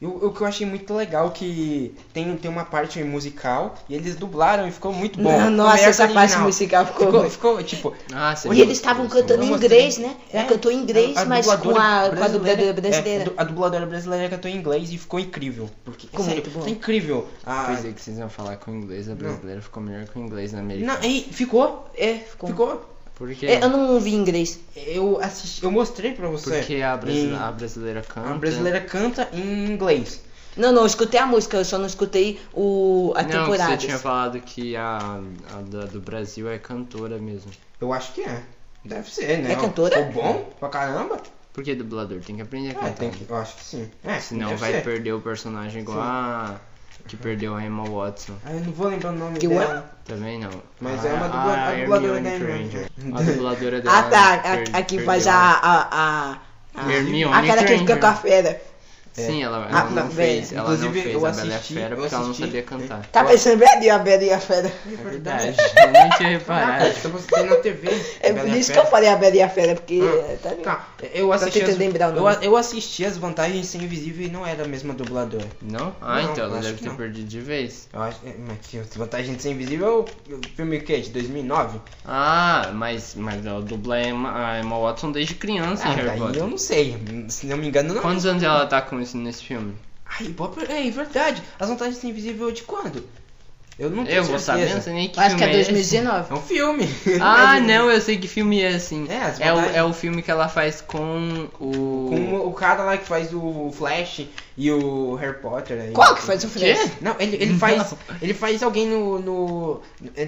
E O, o que eu achei muito legal que tem, tem uma parte musical e eles dublaram e ficou muito bom.
Não,
Ficou
nossa,
melhor
essa
que o
parte
original.
musical ficou.
Ficou, ficou tipo,
É. Nossa,
E eles estavam cantando
Eu
em
mostrei.
inglês, né? Ela
É,
cantou em inglês, mas com a, com a dubladora
é, a
brasileira.
du- a dubladora brasileira cantou em inglês e ficou incrível. Porque,
Ficou
sério,
muito bom.
tá incrível. Ah,
Pois é, que vocês iam falar com o inglês, a brasileira ficou melhor com o inglês na América.
não, e ficou, é, ficou.
Porque,
É, Eu não vi inglês.
Eu assisti, eu mostrei pra você.
porque a, brasi-
Em-
a brasileira canta.
a brasileira canta em inglês.
Não, não, eu escutei a música, eu só não escutei o, a
não,
temporada.
você tinha falado que a, a da- do Brasil é cantora mesmo.
Eu acho que é. Deve ser, né?
É cantora? Ah, então.
Ficou bom pra caramba.
Porque dublador tem que aprender a
É,
cantar. né?
tem que, eu acho que sim. É,
Senão
deve
vai
ser.
perder o personagem igual a... que perdeu a Emma Watson.
Ah, eu não vou lembrar o nome
Que
dela.
Também não.
Mas
a,
é uma dubla-
a
a dubladora
Hermione
da Hermione.
Granger. A dubladora dela.
Ah tá,
per-
a, a que
perdeu
faz a. a, a, a
Hermione
a cara que
Granger.
fica com a fera.
É.
Sim, ela,
Ah,
ela não
não,
fez.
velho,
Ela não
inclusive,
fez
eu
a Bela e a
assisti-
Fera
eu
porque ela não
assisti-
sabia cantar.
Tá pensando bem a Bela e a Fera.
É
Verdade, eu não tinha reparado.
Caraca, eu gostei na TV.
É por
Bela e a
isso que
Fera.
eu falei a Bela e a Fera, porque.
Ah,
é, tá ligado?
Tá, eu assisti,
tentando
as...
lembrar o
eu,
um nome.
a- eu assisti as vantagens de ser invisível e não era a mesma dubladora.
Não? Ah,
Não,
então ela
acho
deve
que
ter
não.
perdido de vez.
Eu acho, é, mas que as vantagens de ser invisível é o o filme que é de 2009?
Ah, mas, mas ela dubla a Emma, a Emma Watson desde criança em
Ah,
Harry
daí eu
Potter.
não sei, se não me engano não.
Quantos anos ela tá com isso nesse filme?
Ai, boa per- é verdade, as vantagens de ser invisível é de quando? Eu não tenho
Eu vou saber,
certeza.
não sei nem que
Acho que
filme
é
esse.
2019.
É um filme.
Ah, não, eu sei que filme é assim.
É, as
o,
vantagens-
é o filme que ela faz com o.
Com o o cara lá que faz o Flash e o Harry Potter. aí.
Qual que faz o Flash?
Não, ele, ele faz. Ele faz alguém no. no.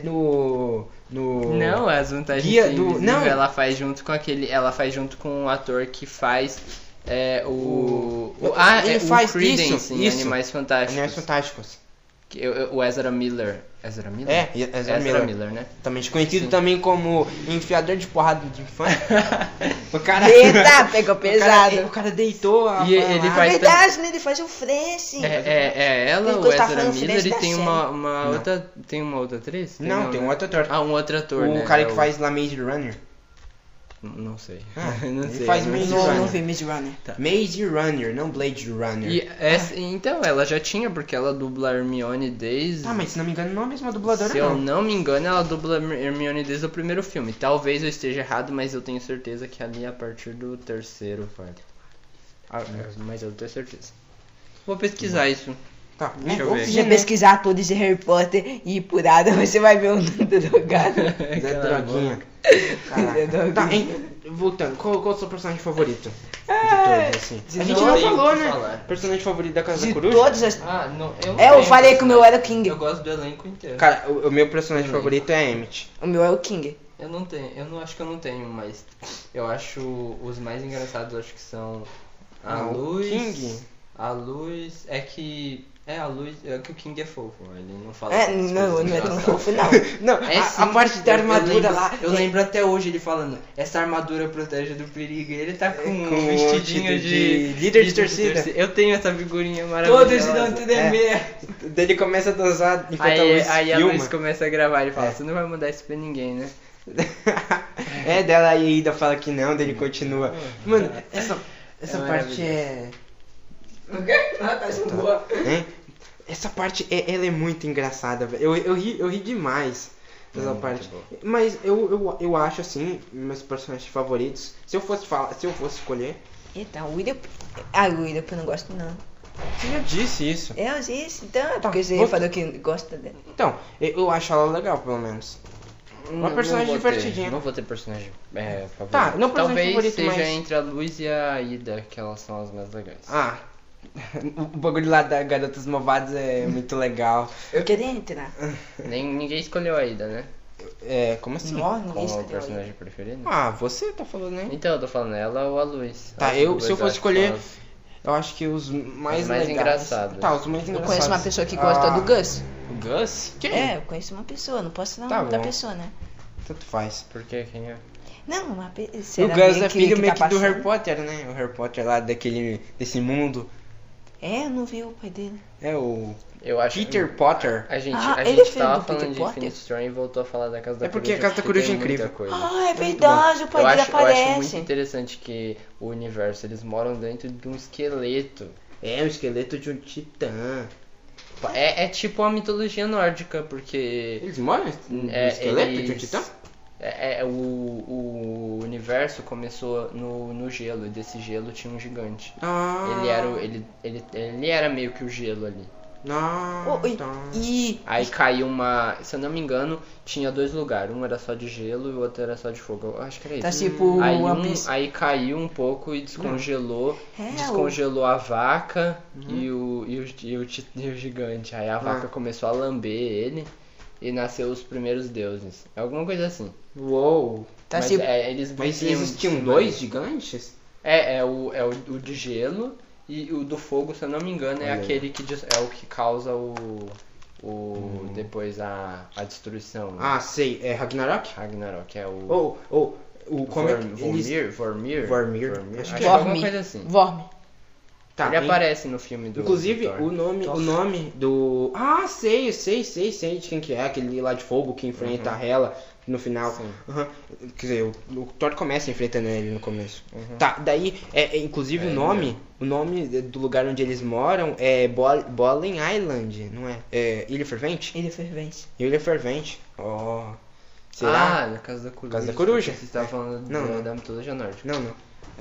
no. no-
Não, as vantagens
Tipo, Guia
do
do-
Invisível,
não.
ela faz junto com aquele. Ela faz junto com o ator que faz é, o,
O-
o- Ah,
ele
é,
faz
o Creedence
isso,
em
isso.
Animais Fantásticos.
Animais Fantásticos.
Que eu- eu- o Ezra Miller. Ezra Miller?
É, e- Ezra Miller.
né?
Também conhecido
Sim.
também como enfiador de porrada de infância. o cara.
Eita, pegou
o cara- é-
pesado.
O cara, deitou a.
E ele é
Na
faz
verdade, né? Ele faz o French.
É, é, é ela,
Ele
o
quando tá
Ezra
falando
Miller
silêncio
e
da
tem
série.
uma, uma
Não.
outra. Tem uma outra atriz?
Não, tem
né?
um outro ator.
Ah, um outro ator,
o
né?
cara
É
que faz lá Maze Runner.
Não sei.
Ah,
não
ele
sei.
faz
não
meio-
sei.
Não, não vi Mid Runner.
Maze Runner, não Blade Runner.
Tá. E essa- então, ela já tinha, porque ela dubla a Hermione desde.
Ah, mas se não me engano, não é a mesma dubladora,
Se eu
não.
não me engano, ela dubla Hermione desde o primeiro filme. Talvez eu esteja errado, mas eu tenho certeza que ali é a partir do terceiro, quarto. Ah, é, Mas eu tenho certeza. Vou pesquisar isso.
Tá,
Deixa eu
ou
ver.
Se
seja, né?
você pesquisar todos de Harry Potter e purada, você vai ver um drogado.
Zé
É Aquela
é
É
Droguinha.
Zé
Caraca.
Droguinha.
Tá, hein? Voltando, qual, qual o seu personagem favorito?
Ah,
de todos, assim.
de
A gente
todos.
não
Tem que
falou, né?
falar.
Personagem favorito da Casa da
De
Coruja?
todas as.
Ah, não, eu não
É, eu
tenho
falei que o meu
personagem.
era o King.
Eu gosto do elenco inteiro.
Cara, o, o meu personagem
Hum.
favorito é Emmett.
O meu é o King.
Eu não tenho, eu não acho que eu não tenho, mas eu acho os mais engraçados acho que são a
Ah, o
luz.
King.
A luz é que é a luz, é que o King é fofo, ele não fala
É,
essas
não,
coisas
não é tão
engraçadas.
fofo, não.
Não,
É
a,
sim,
a parte da
eu- eu
armadura
lembro-
lá. É.
Eu lembro até hoje ele falando, essa armadura protege do perigo. e Ele tá com,
com
um
um
vestidinho
vestido
de,
de líder de torcida.
Eu tenho essa figurinha maravilhosa.
Todos irão te temer. Daí ele começa a dançar enquanto a
Aí, é-
luz
aí a
filma.
luz começa a gravar ele fala,
É.
você não vai mandar isso pra ninguém, né?
é dela aí ainda fala que não, daí ele continua. Mano, essa, essa
É
parte é.
Ah, tá sendo boa.
Hein? Essa parte é, ela é muito engraçada, velho. Eu, eu, ri, eu ri demais dessa
muito
parte.
bom.
Mas eu, eu, eu acho assim, meus personagens favoritos. Se eu fosse falar, se eu fosse escolher,
Então, o William. Ah, o William eu não gosto, não.
você já disse isso.
Eu disse, então, é
Tá,
porque você
vou-
falou que gosta dele.
Então, eu, eu acho ela legal, pelo menos.
Uma
personagem
não vou ter-
divertidinha.
não vou ter personagem é, favorito.
Tá, não personagem
Talvez
favorito,
seja
mas-
entre a Luz e a Ida, que elas são as mais legais.
Ah, o bagulho lá da Garotas Malvadas é muito legal.
Eu queria entrar.
Ah,
Nem, ninguém escolheu a Ida, né?
É, como assim?
Nossa, ninguém
Como o
escolheu
personagem
ele.
preferido.
Ah, você tá falando, né?
Então, eu tô falando ela ou a Luz.
Tá,
As
eu-
duas
se eu fosse
acho que
escolher,
são as-
Eu acho que os mais,
tá. Os mais
legais-
engraçados.
Tá, os mais engraçados.
Eu conheço uma pessoa que gosta
Ah,
do Gus.
O Gus? Quem?
É, eu conheço uma pessoa, não posso dar o
Tá
nome da
bom.
pessoa, né?
Tanto faz.
Por que quem é?
Não, uma
O
pessoa.
Gus é filho meio que
tá
do Harry Potter, né? O Harry Potter lá daquele, desse mundo.
É, eu não vi o pai dele.
É o
Eu acho
Peter Potter.
A gente,
Ah,
a
ele é
gente
filho
tava
do Peter
falando de
Potter?
Infinity Strain e voltou a falar da Casa da
É porque a
Coruja,
Casa da Coruja é
tem muita
incrível.
coisa.
Ah, é
bom.
verdade, o pai
eu,
dele
acho, eu acho muito
aparece.
interessante que o universo, eles moram dentro de um esqueleto.
É o esqueleto de um titã.
É, é tipo a mitologia nórdica, porque...
Eles moram no
É,
esqueleto de um
eles-
titã?
É, é, o, o universo começou no, no gelo, e desse gelo tinha um gigante.
Ah.
Ele era, o- ele, ele, ele era meio que o gelo ali.
Não.
Oh, e- e,
Então, Aí caiu uma. Se eu não me engano, tinha dois lugares. Um era só de gelo e o outro era só de fogo. Eu acho que era
tá
isso.
tipo
Aí,
One
um-
Piece.
aí caiu um pouco e descongelou.
É, Uhum.
descongelou a vaca e, o, e, o, e, o, ti- e o gigante.
Ah.
Aí a vaca começou a lamber ele e nasceu os primeiros deuses. Alguma coisa assim.
Uou.
Tá
Mas um
tipo-
é, eles
Mas
viviam em
existiam
cima
dois
ali.
gigantes?
É, é o, é o, o de gelo e o do fogo, se eu não me engano, é
Olha aí.
aquele que des- é o que causa o. o depois a, a destruição.
Hum.
né?
Ah, sei. É Ragnarok?
Ragnarok, é o.
Ou, ou, o como é que
Vormir, Vormir?
Vormir.
Vormir?
Acho
Acho
que
que
é
é alguma
Vormir.
coisa assim.
Vorme.
Tá,
ele
hein?
aparece no filme do.
Inclusive,
do Thor.
o nome, o nome do. Ah, sei, eu sei, sei, sei de quem que é, aquele lá de fogo que enfrenta a Hela no final.
Uhum. Sim.
Aham. Quer dizer, o, o Thor começa enfrentando ele no começo. Tá, daí, é, é, inclusive
Uhum. É,
o
ele
nome, o nome do lugar onde eles moram é Bol Bolen Island, não é? É Ilha Fervente?
Ele é fervente.
Ilha Fervente. Ó. Será?
Ah, na Casa da Coruja.
Casa da Coruja.
Você estava falando
Não,
da-
não.
da mitologia nórdica.
Não, não.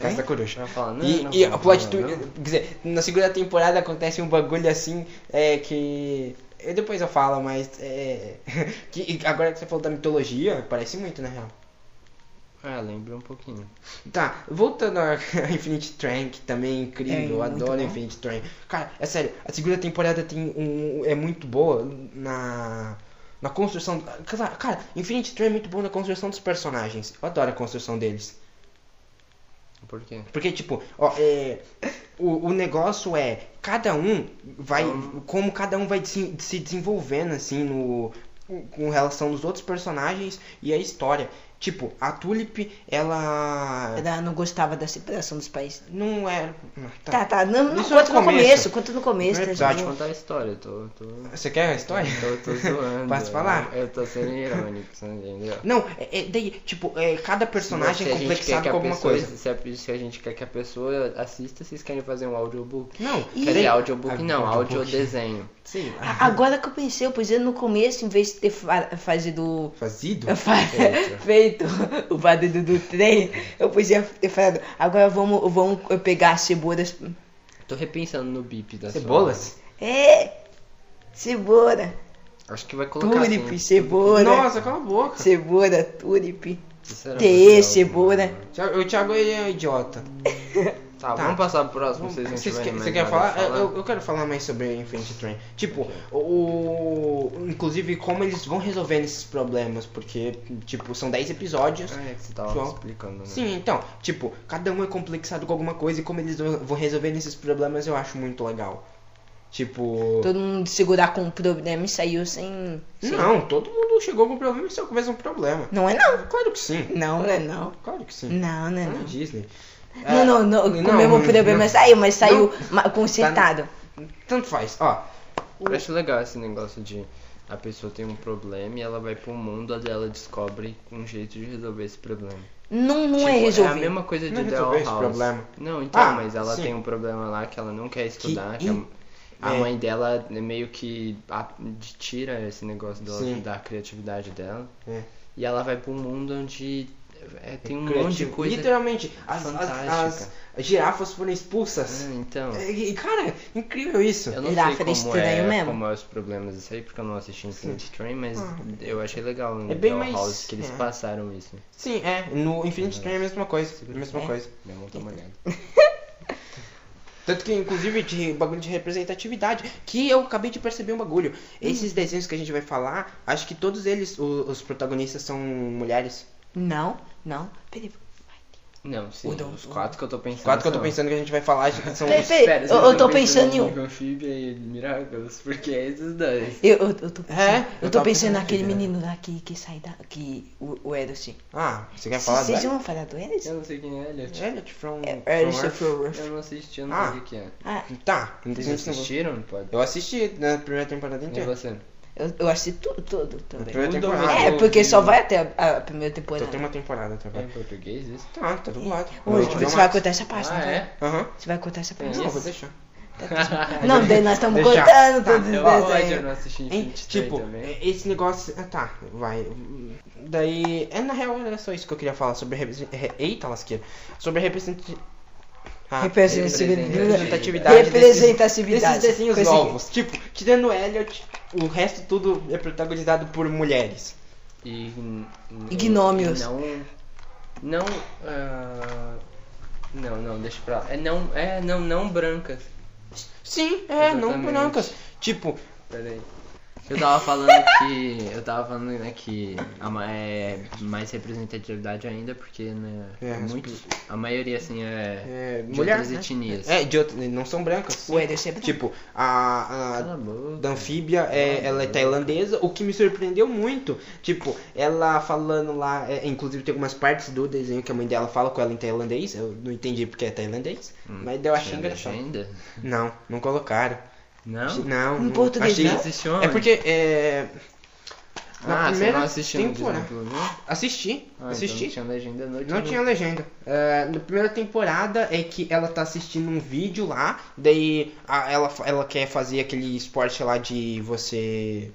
Casa
É?
da Coruja.
Ela fala, não,
E,
não,
e
não,
o plot
não,
twist,
não.
quer dizer, na segunda temporada acontece um bagulho assim, é que. eu- depois eu falo, mas. É, que, e agora que você falou da mitologia, parece muito na real.
Ah, lembra um pouquinho.
Tá, voltando a Infinite Train, que também é
É,
incrível, eu
muito
adoro
bom.
Infinite Train. Cara, é sério, a segunda temporada tem um. é muito boa na. na construção. Cara, cara, Infinite Train é muito bom na construção dos personagens. Eu adoro a construção deles.
Por quê?
Porque, tipo, ó, é, o, o negócio é, cada um vai,
Então,
como cada um vai se, se desenvolvendo, assim, no, com relação dos outros personagens e a história. Tipo, a Tulip, ela
Ela não gostava da separação dos países.
não era... ah,
Tá, tá. Não, não
Isso é
conta no
começo.
começo. Conta no começo.
Não é
tá
Deixa
episódio,
eu
bom.
contar a história, tô. tô...
Você quer a história?
Eu tô zoando.
Posso falar?
Eu, eu tô sendo irônico, você não entendeu?
Não, é, é- daí, tipo, é, cada personagem
Se
é
a gente quer
complexado
que a
com alguma
pessoa-
coisa.
Se a, se a gente quer que a pessoa assista, vocês querem fazer um audiobook?
Não,
Quer dizer,
daí-
audiobook não,
Ah, audiobook.
audiodesenho.
Sim,
A- Agora que eu pensei, pois eu no começo, em vez de ter fa- fazido
fazido?
Eu fa-
é.
feito o barulho do trem, eu podia ter falado, agora vamos, vamos pegar as cebolas.
Tô repensando no bip da sua-
Cebolas?
É! Cebola,
Acho que vai colocar
túlipe,
assim.
cebola,
Nossa, cala a boca.
cebola, túlipe,
Isso era
tê,
legal.
cebola.
Thiago- O Thiago ele é idiota.
Tá,
Tá.
vamos passar pro próximo, vocês não
Você
tiverem mais
você quer
nada a
falar? Eu- Eu, eu quero falar mais sobre Infinity Train. Tipo, o, o- Inclusive, como eles vão resolvendo esses problemas, porque, tipo, são 10 episódios.
Ah, é que você tava
João.
explicando, né?
Sim, então, tipo, cada um é complexado com alguma coisa e como eles vão vão resolvendo esses problemas eu acho muito legal. Tipo.
Todo mundo segurar com o problema e saiu sem. sem-
Não, todo mundo chegou com um problema e saiu com o mesmo problema.
Não é não.
Claro que sim.
Não, não é não.
Claro que sim.
Não, não é
É
não.
Disney. É,
Não, não, não. Com
não,
o mesmo
não,
problema é
não. Tá
saiu, mas saiu ma- consertado.
Tanto faz. Ó,
Eu acho legal esse negócio de a pessoa tem um problema e ela vai pro mundo, ali ela descobre um jeito de resolver esse problema.
Não, não é
Tipo,
resolvido.
a mesma coisa de
Não é
The
resolver
Owl
esse
House.
problema.
Não, então,
Ah,
mas ela
sim.
tem um problema lá que ela não quer estudar, que,
Que in-
a, a
é.
mãe dela meio que a- tira esse negócio dela,
Sim.
da criatividade dela.
É.
E ela vai pro mundo onde é, tem um
criativo.
monte de coisa.
Literalmente, as, as-
fantástica.
as girafas foram expulsas. É,
Ah, então.
E, e, Cara, incrível isso.
Eu não
Lá
sei
fica
como
estranho
é,
mesmo.
como é os problemas disso aí, porque eu não assisti Infinite Train, mas
Ah.
eu achei legal no
É bem
The
mais-
House que eles
é.
passaram isso.
Sim, é. No Infinity Train é a mesma coisa. A mesma
É.
coisa.
Deu uma outra olhada.
Tanto que, inclusive, de bagulho de representatividade, que eu acabei de perceber um bagulho. Esses desenhos que a gente vai falar, acho que todos eles, o- os protagonistas são mulheres.
Não, não. Peraí.
Não, sim.
O Dom-
Os quatro que eu tô pensando.
Os quatro que eu tô
são-
pensando que a gente vai falar, acho que são
Peraí,
os-
peraí,
Espera,
eu, eu tô pensando em um.
Amphibia e Miraculous, porque é esses dois.
Eu, eu, eu tô pensando,
É?
eu
Eu
tô
tava
pensando
pensando
naquele
aqui, né?
menino lá que, que sai da. que. o, o Eros.
Ah, você quer falar
Vocês
do
vão falar do Eros?
Eu não sei quem é Elliot.
Elliot from,
É,
from
Eros
Earth?
Eu não assisti, eu não
Ah.
sei o que é.
Ah,
Tá, a
Vocês
gente não-
assistiram? Pode.
Eu assisti na primeira temporada
E
inteira.
você?
eu, eu assisti tudo, tudo também.
Primeira
Tudo
temporada.
mesmo.
É, porque só vai até a, a primeira
Só
temporada.
Então, tem uma temporada tá até
É
agora.
em português isso?
Tá, tá do lado.
Ô,
Não,
tipo,
não.
você vai contar essa parte,
ah,
não vai? Tá
é?
Aham.
Você vai contar essa parte.
Isso.
Não, vou deixar.
Não, daí nós estamos
Deixa.
contando
Tá,
todos
Eu,
os
eu, eu
desenhos.
não assisti
Hein?
Infinity
Tipo,
Train também.
é- esse negócio. Ah, tá, vai. Daí. É, na real, era só isso que eu queria falar sobre. repre- re- Eita, lasqueira. Sobre representatividade.
Representatividade.
representatividade
Representatividade. é,
Desses desenhos
Consegui.
novos. Tipo, tirando Elliot, o resto tudo é protagonizado por mulheres.
E,
E gnômios.
Não. Não. ah, não, não, deixa pra lá. É não, é, não, não brancas.
Sim, é, não
Exatamente.
brancas. Tipo,
Pera aí. Eu tava falando que. Eu tava falando né, que a ma- é mais representatividade ainda, porque né,
É,
muito, a maioria assim é.
É,
De
mulher,
outras
né?
etnias.
É, de outras, não são brancas.
Ué, deve ser branco.
Tipo, a, a
Cala a boca.
da anfíbia, é, ela é tailandesa, o que me surpreendeu muito. Tipo, ela falando lá, é, inclusive tem algumas partes do desenho que a mãe dela fala com ela em tailandês, eu não entendi porque é tailandês, mas eu
Hum,
achei
Tinha
engraçado.
legenda?
Não, não colocaram.
Não?
Não,
Em
não.
português
achei-
não?
Existe homem?
É porque é, na
ah, você
primeira
não assistiu
temporada.
no Disney Plus, né?
assisti,
Ah,
assisti.
Então não tinha legenda no
Não tinha legenda. É, na primeira temporada é que ela tá assistindo um vídeo lá, daí a- ela, fa- ela quer fazer aquele esporte lá de você.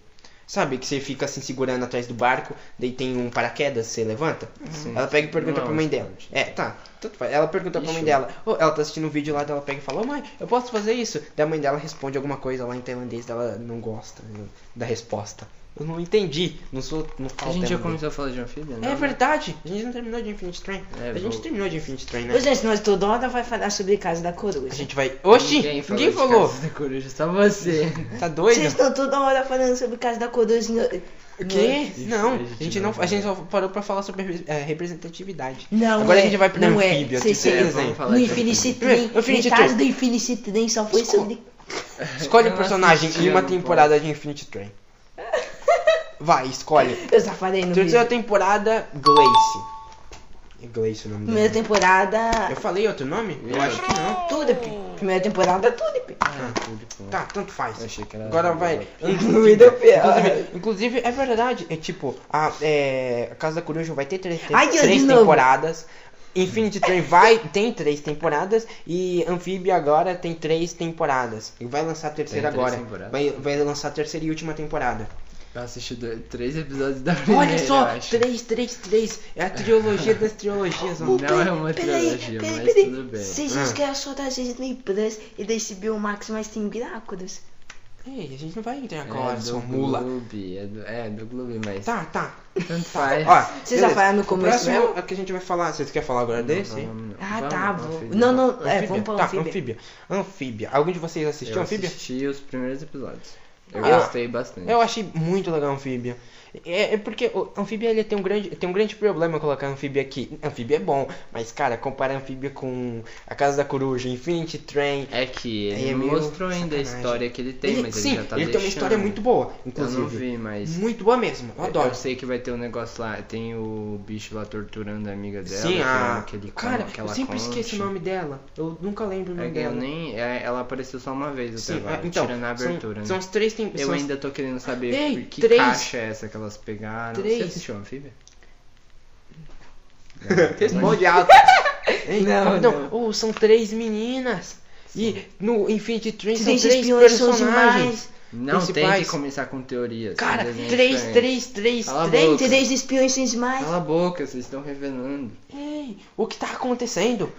Sabe, que você fica assim segurando atrás do barco, daí tem um paraquedas, você levanta.
Sim.
Ela pega e pergunta
Não é
pra
um
mãe dela.
esporte.
É, tá. Tanto faz. Ela pergunta pra
Ixi.
mãe dela. Ô, ela tá assistindo um vídeo lá, daí ela pega e fala, ô mãe, eu posso fazer isso? Daí a mãe dela responde alguma coisa lá em tailandês, daí ela não gosta né, da resposta. Eu não entendi. Não sou. Não
A
falo
gente já
tailandês.
começou a falar de anfíbio, né?
É verdade, a gente não terminou de Infinite Train.
É,
a gente
vou-
terminou de Infinite Train, né?
Ô, gente, nós toda hora vai falar sobre Casa da Coruja.
A gente vai. Oxi! Ninguém falou!
de Casas da Coruja, só você.
Tá doido?
Vocês estão toda hora falando sobre Casa da Coruja. no-
O quê?
Isso,
Não,
a
a
gente
gente,
não
não, a gente só parou pra falar sobre repre- eh, representatividade.
Não,
Agora
é,
a gente vai pro
não é.
anfíbio,
Sei,
assim,
sei.
por
É, vamos
exemplo.
falar
No
de
Infinity
anfíbio.
Train,
No Infinity
metade
Train.
do Infinity Train só foi
Desculpa.
sobre...
Escolhe
Eu
o
não
personagem
assisti,
em uma
eu não
temporada de Infinite Train. Vai, escolhe.
Eu já falei no
Terceira
vídeo.
temporada, Glace. É Glace o nome
Primeira
dela.
temporada...
Eu falei outro nome? Eu
Eu
acho que não.
Tulip. Primeira temporada Tulip.
Ah, tudo bom.
Tá, tanto faz.
Eu achei que era-
Agora vai.
é
Incluído pior.
Inclusive, inclusive, é verdade. É tipo, a, é, a Casa da Coruja vai ter três,
Ai, Deus,
três
de novo.
temporadas. Infinity Train vai, tem três temporadas. E Amphibia agora tem três temporadas. E vai lançar a terceira
Tem três
agora.
temporadas?
Vai, vai lançar a terceira e última temporada.
Eu assisti dois- três episódios da primeira,
Olha
eu
só,
acho.
três, três, três. É a trilogia das trilogias. ó.
Não é uma
Peraí,
trilogia,
peraí,
mas
peraí.
tudo bem.
Vocês
Ah.
não querem só da Disney Plus e da HBO Max, mas tem Grácodos.
Ei, a gente não vai entrar
É
agora,
do
sua mula.
Gloob, é do, é do Gloob, mas
Tá, tá.
tanto faz.
Ó,
Vocês já
beleza.
falaram no
O
começo,
próximo
né?
é o que a gente vai falar. Vocês querem falar agora desse?
Ah, tá,
vamos,
vou.
vamos,
Não,
vamos.
não, é, vamos pra
tá,
anfíbia.
anfíbia. Anfíbia. Algum de vocês assistiu
Eu
anfíbia?
assisti os primeiros episódios. Eu
Ah,
gostei bastante.
Eu achei muito legal anfíbia. É, é porque o anfíbia ele tem um grande tem um grande problema colocar anfíbia aqui. Anfíbia é bom, mas cara, comparar anfíbia com a Casa da Coruja, Infinity Train.
É que
Aí
ele
é
não
meio
mostrou ainda a
sacanagem.
história que ele tem, mas
sim,
ele já tá deixando.
tem uma história muito boa,
Eu
inclusive.
não vi, mas...
Muito boa mesmo. Eu adoro.
Eu sei que vai ter um negócio lá, tem o bicho lá torturando a amiga dela. né,
Sim,
que
a.
ela- que ele
Cara,
come, que
eu
ela
sempre esqueço o
conte.
nome dela. Eu nunca lembro o
É
nome
que eu
dela.
nem, é, ela apareceu só uma vez até
Sim,
agora,
ah, então,
tirando a
são-
abertura, né?
são, os três tem,
Eu
são os-
ainda tô querendo saber
Ei,
que
três.
caixa é essa que elas pegaram. Você
Três.
assistiu Anfíbia?
Responde alto. Ei,
Não,
então, oh, são três meninas. E no Infinity Train são
Três
três
espiões são
personagens.
demais.
Não tem
Principais.
que começar com teorias.
Cara,
tem desenho
três,
diferente.
três, três,
Cala a
três.
boca.
Três espiões sem demais.
Tá
Cala a boca, vocês estão revelando.
Ei, o que tá acontecendo?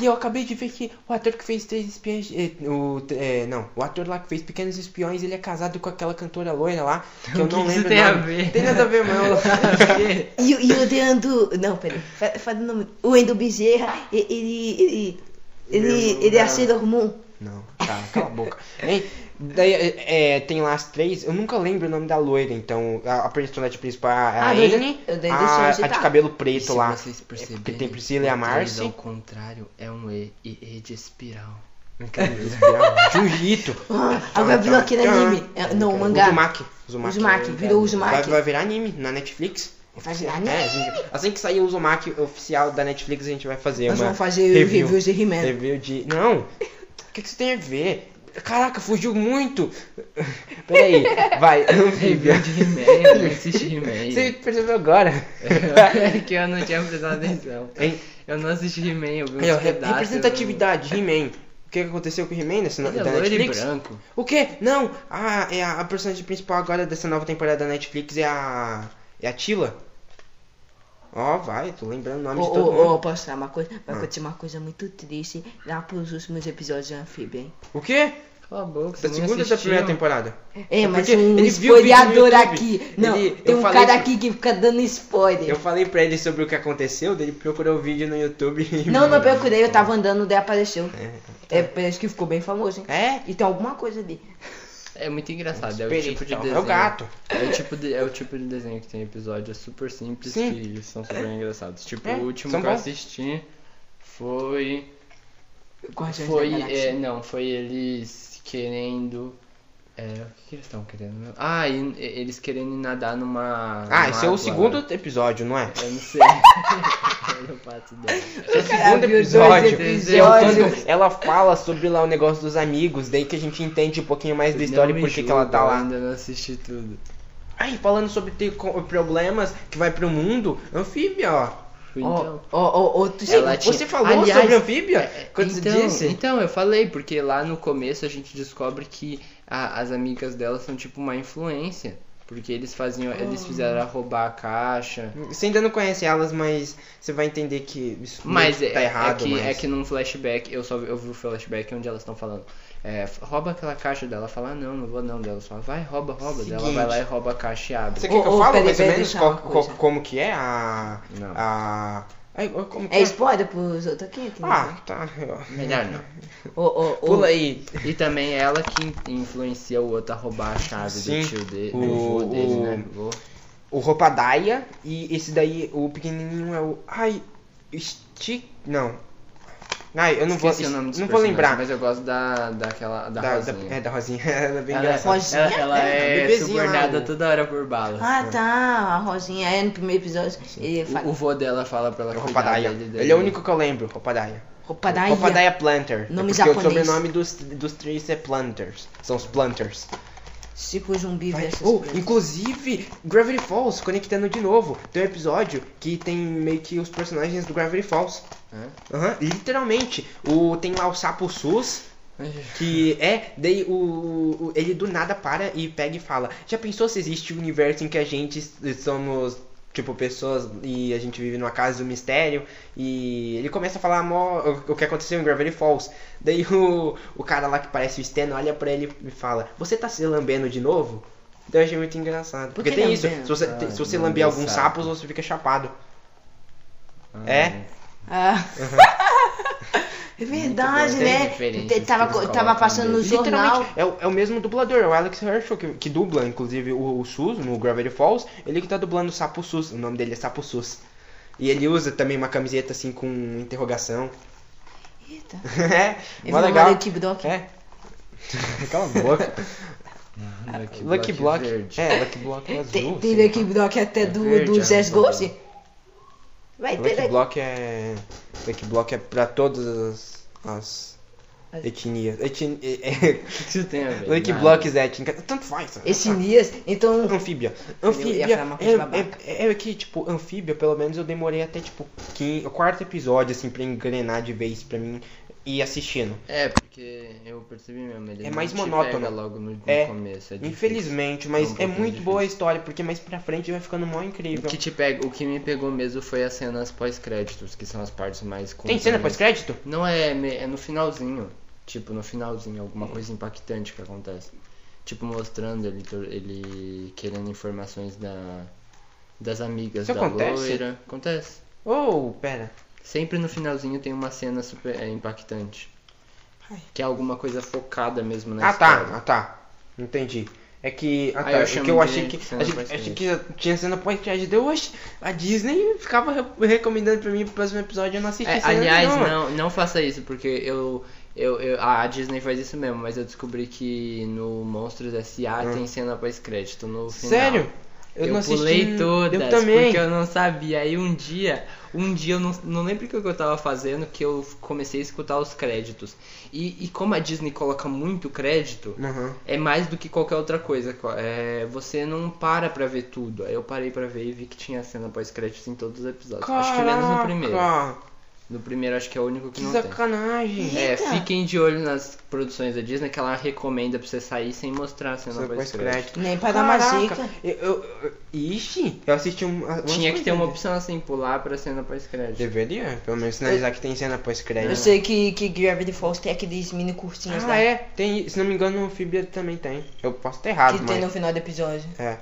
E eu acabei de ver que o ator que fez Três Espiões. eh, O, eh, não, o ator lá que fez Pequenos Espiões, ele é casado com aquela cantora loira lá. Que eu
O que
não
que isso
lembro. o
tem a
nome.
ver?
Tem nada a ver, mano.
E, o- e o Leandro. Não, peraí. fa- Fala o nome. O Endo Bezerra, e- ele. Ele. Ele,
Meu
ele é
Deus.
hormônio.
Não, tá, cala a boca. Hein? Daí é, é, tem lá as três, eu nunca lembro o nome da loira, então a, a personagem principal é a
Ah, mas eu-
Anne,
eu dei
a,
deixa eu
a de
citar.
cabelo
E
preto
se
lá,
vocês
é,
perceberem,
que tem Priscila e a
o três Ao
Marcy.
contrário, é um E e E de espiral.
Jiu-jitsu.
Ah, agora virou aquele anime. É, Não, o mangá.
Uzumaki. Uzumaki. é
Uzumaki, virou
Vai,
Uzumaki.
vai virar anime na Netflix.
Vai virar
É, a
anime.
gente- assim que sair o Uzumaki oficial da Netflix, a gente vai fazer
Nós
uma
vamos fazer reviews de He-Man.
Review de... Não! O que, que você tem a ver? Caraca, fugiu muito! Peraí, vai,
Review
anfíbia.
de He-Man, não assiste He-Man.
Você percebeu agora?
É que eu não tinha prestado atenção.
Hein?
Eu não assisti He-Man, eu vi uns
Aí, ó,
pedaços,
representatividade, He-Man. O que que aconteceu com o He-Man nessa
eu-
no-
né? Ele é
da
loiro e
Netflix?
branco.
O quê? Não! Ah, é a, a personagem principal agora dessa nova temporada da Netflix é a. É a Tila. Ó, vai, tô lembrando o nome
Ô,
de todo
ô,
mundo.
ô, posso falar uma coisa?
Ah.
Vai acontecer uma coisa muito triste lá pros últimos episódios de Anfíbio, hein?
O quê?
Cala a boca, você
Da
nem
segunda ou da
assistiu.
primeira temporada?
É,
É
mas
porque
um
ele viu o vídeo no
spoileador
YouTube.
aqui. Não,
Ele-
tem
eu
um
falei
cara
que-
aqui que fica dando spoiler.
Eu falei pra ele sobre o que aconteceu, daí ele procurou o vídeo no YouTube. e-
Não, não procurei, eu
tá.
É, tava andando, daí apareceu. É, parece que ficou bem famoso, hein?
É?
E tem alguma coisa ali.
É muito engraçado, é o
Perito,
tipo de
então.
desenho.
É o gato.
É o tipo de, é o tipo de desenho que tem episódios super simples
Sim.
que são super engraçados. Tipo,
É,
o último
são
que eu
bons.
assisti foi.
Guardiões
Foi.
da
é,
Galáxia.
não, foi eles querendo. É, o que, que eles estão querendo? mesmo? Ah, e- e- eles querendo nadar numa.
Ah, esse é o
mágoa.
segundo episódio, não é?
Eu não sei. eu não faço ideia.
Esse é o
Cara,
segundo
viu dois
episódio.
episódios.
É o quando ela fala sobre lá o negócio dos amigos, daí que a gente entende um pouquinho mais da história
Não
e
me
por que que ela tá
julga, né? eu
lá.
ainda não assisti tudo.
Ai, falando sobre ter co- problemas que vai pro mundo, anfíbia, ó.
Fui,
Ó,
então.
ó, ó, ó, tu-
Ela
Sim, você
tinha-
falou
Aliás,
sobre anfíbia
É,
quando
então,
você disse?
Então, eu falei, porque lá no começo a gente descobre que a- as amigas dela são tipo uma influência. Porque eles faziam. Eles
Ah.
fizeram ela roubar a caixa.
Você ainda não conhece elas, mas você vai entender que isso
Mas
meio
é,
que tá errado.
é, que,
mas...
é que num flashback, eu só vi- eu vi o flashback onde elas estão falando. É, f- rouba aquela caixa dela. Ela fala, "Ah, não, não vou não. Dela fala, vai, rouba, rouba. Daí Ela
Seguinte.
vai lá e rouba a caixa e abre.
Você quer que
Ô,
eu
ô,
fale
peraí,
mais ou
peraí,
menos
deixa eu
qual-
falar uma
qual-
coisa.
como que é a...
Não.
A... Ai, como que
É spoiler pros outros aqui? que não
Ah, tá.
Melhor não.
sei. Ô, ô, ô.
Pula aí.
E também é ela que in- influencia o outro a roubar a chave
Sim,
do tio dele, do
o-
vô dele,
o-
né? Vô.
O Ropadaya e esse daí, o pequenininho é o... Ai, Stick... Não. Ai, eu não
Esqueci
vou...
o nome dos
não vou
personagens,
lembrar.
Mas eu gosto da, daquela, da,
Da,
Rosinha.
da- é, da Rosinha. Ela é bem
Ela,
engraçada.
Rosinha?
ela, ela
É,
é
bebezinha
subornada
lá, o-
toda hora por bala.
Ah, tá. A Rosinha é no primeiro episódio. Ele
o, o
fala.
vô dela fala pra ela
É o
cuidar
Ropadaya.
dele, dele.
Ele é o único que eu lembro, Ropadaya.
Opa, daí.
Ropadaya Planter.
Nome
é porque
japonês.
o sobrenome dos, dos três é Planters. São os Planters.
Tipo zumbi
Vai-
versus.
Uh,
Oh,
coisas.
inclusive, Gravity Falls, conectando de novo. Tem um episódio que tem meio que os personagens do Gravity Falls.
Hã?
Aham, literalmente. O, tem lá o sapo Sus, que é, daí o, o- ele do nada para e pega e fala: Já pensou se existe um universo em que a gente s- somos, tipo, pessoas e a gente vive numa casa do mistério? E ele começa a falar mó- o- o que aconteceu em Gravity Falls. Daí o, o cara lá que parece o Stan olha pra ele e fala: Você tá se lambendo de novo? Daí eu achei muito engraçado.
Por
Porque
que
tem isso:
lambendo?
se você,
Ah,
tem- se você
lamber
lamber alguns
sapo.
sapos, você fica chapado.
Ah,
É?
Ah. é verdade,
Muito bom. Tem
né?
diferenças
Te- Tava,
que
co-
eles
tava
colocam
passando no
deles.
jornal.
Literalmente, é o, é o mesmo dublador, é o Alex Herschel, que, que dubla, inclusive, o, o Sus no Gravity Falls. Ele que tá dublando o Sapo Sus, o nome dele é Sapo Sus. E ele usa também uma camiseta assim com interrogação.
Eita. um
é,
Eu
mó
vi
legal.
uma do TikTok.
É. Cala a boca.
Ah, Lucky,
Lucky Block.
verde.
É, Lucky Block é azul.
Tem,
sei
tem
lá.
da equipe Doc até do,
verde,
do
né? é,
Zers
não
Ghost? Vai,
Lucky
peraí.
Block é. Lucky Block é pra todas as. as
As-
etnias. Etni... é-
O que que isso tem a ver? Ah,
Lucky
Nada.
Block é étnica. Tanto faz.
Esse Nias, então.
Anfíbia.
Eu
Anfíbia.
ia falar uma coisa babaca.
É, é, é que, tipo, anfíbia, pelo menos eu demorei até, tipo, quin- o quarto episódio, assim, pra engrenar de vez pra mim ir assistindo.
É, porque eu percebi mesmo. Ele
É
não
mais
te
monótono.
pega logo no, no
É.
começo. É difícil.
Infelizmente,
É um
mas é,
pouquinho
muito
difícil.
boa a história, porque mais pra frente vai ficando mó
O
incrível.
que, te pega, o que me pegou mesmo foi as cenas pós-créditos, que são as partes mais.
Tem cena
pós-créditos?
pós-crédito?
Não é, me- é no finalzinho. Tipo, no finalzinho, alguma coisa impactante que acontece. Tipo, mostrando ele, tor- ele querendo informações da, das amigas
Isso
da
acontece?
loira. Acontece.
Oh, pera.
Sempre no finalzinho tem uma cena super é, impactante.
Ai.
Que é alguma coisa focada mesmo na
Ah, tá,
história.
ah, tá. Entendi. É que. Ah,
Ah,
tá.
eu
é
chamo
que eu
de
achei que.
cena
Achei,
pós-crédito.
achei que já tinha cena pós-crédito. Eu achei. A Disney ficava re- recomendando pra mim pro próximo episódio eu não assisti
É,
cena
aliás,
nenhuma.
não, não faça isso, porque eu, eu, eu- A Disney faz isso mesmo, mas eu descobri que no Monstros S.A.
Hum.
tem cena pós-crédito no final.
Sério?
Eu,
não assisti-
pulei todas,
Eu também.
porque eu não sabia. Aí um dia, um dia eu não, não lembro o que eu tava fazendo, que eu comecei a escutar os créditos. E, e como a Disney coloca muito crédito,
Aham.
é mais do que qualquer outra coisa. co- é, você não para pra ver tudo. Aí eu parei pra ver e vi que tinha cena pós-créditos em todos os episódios. Acho que menos no primeiro.
Caraca,
No primeiro acho que é o único que
Que
não
sacanagem.
tem. É,
Eita.
fiquem de olho nas produções da Disney que ela recomenda pra você sair sem mostrar a cena
Só
pós-crédito.
pós-crédito.
Nem né, pra dar uma
Caraca,
dica.
Eu, eu, eu- ixi, eu assisti um. umas
Tinha que ter uma
coisas.
opção assim, pular pra cena pós-crédito.
Deveria, pelo menos sinalizar que tem cena pós-crédito.
É.
Eu sei tá. que, que Gravity Falls tem aqueles mini curtinhos
Ah,
lá.
é, tem. Se não me engano, o Fibia também tem. Eu posso ter errado,
Que
Ah, mas.
tem no final do episódio.
É.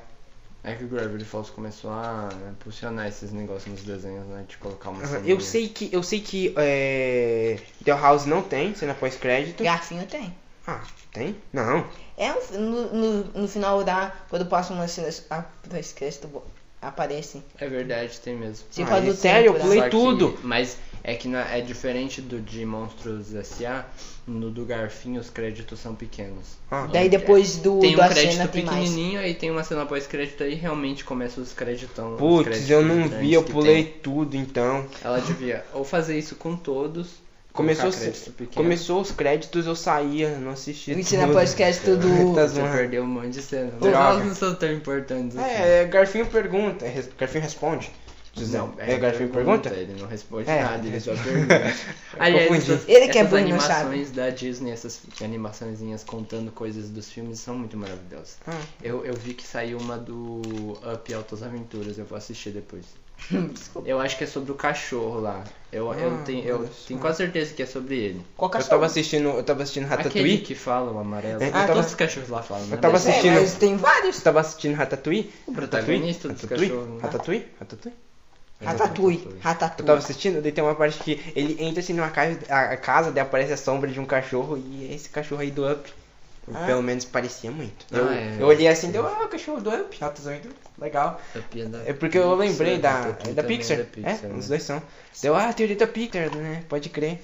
É que o Gravity Falls começou a impulsionar esses negócios nos desenhos, né? De colocar uma
Aham,
cena
Eu
ali.
sei que. Eu sei que. É, The House não tem cena pós-crédito.
Garfinho tem.
Ah, tem? Não.
É um fi- no, no, no final da. Quando passam umas cenas. Ah, dois créditos bo- aparecem.
É verdade, tem mesmo.
Sim,
Ah,
fala
é
do
sério?
tempo,
Eu pulei
Só que-
né?
tudo.
mas é que na- é diferente do de Monstros S.A. No do Garfinho os créditos são pequenos.
Ah,
Daí depois do,
Tem
do
um
a
crédito
cena tem mais.
pequenininho, aí tem uma cena pós-crédito, aí realmente começa os créditão. os
Putz,
créditos
eu não
grandes
vi, eu
que
pulei
tem.
tudo então.
Ela devia ou fazer isso com todos.
Começou,
colocar crédito
se-
pequeno.
começou os créditos, eu saía, não assistia.
E cena
tudo.
é pós-crédito do.
Tá
Você
zoando.
perdeu um monte de cena. Os
Droga.
jogos não são tão importantes assim.
É, é, Garfinho pergunta. é, res- Garfinho responde. José.
Não,
é, Garfinho pergunta?
Ele não responde
É,
nada, ele
ele
só
responde.
pergunta. Aliás,
Confundi.
essas,
Ele que é
essas
burro, não sabe.
animações da Disney, essas animaçõezinhas contando coisas dos filmes são muito maravilhosas.
Ah,
Eu, eu vi que saiu uma do Up Altas Aventuras, eu vou assistir depois. Eu acho que é sobre o cachorro lá. Eu,
Ah,
eu, tenho, eu
olha só.
tenho quase certeza que é sobre ele.
Qual
eu tava assistindo, eu tava assistindo
Aquele
Ratatouille.
que fala o amarelo.
Ah, tá É, eu
ah,
tava-
todos os cachorros lá falam, né?
eu tava
Mas-
assistindo-
É, mas tem vários.
Eu tava assistindo Ratatouille.
O protagonista dos
Ratatouille?
cachorros, né?
Ratatouille? Ratatouille?
Ratatouille.
Eu tava
Ratatouille.
assistindo, daí tem uma parte que ele entra assim numa casa, a a casa, daí aparece a sombra de um cachorro e é esse cachorro aí do Up.
Ah.
Pelo menos parecia muito.
Ah,
eu,
é.
eu olhei assim, deu, ah, o cachorro do Up, Ratos Aventuras, legal.
Up da
É porque eu
né? Pixar,
lembrei da,
Ratatouille
da
também
Pixar.
é da Pixar,
É,
né?
os dois são. Deu, ah, teoria da Pixar, né? Pode crer.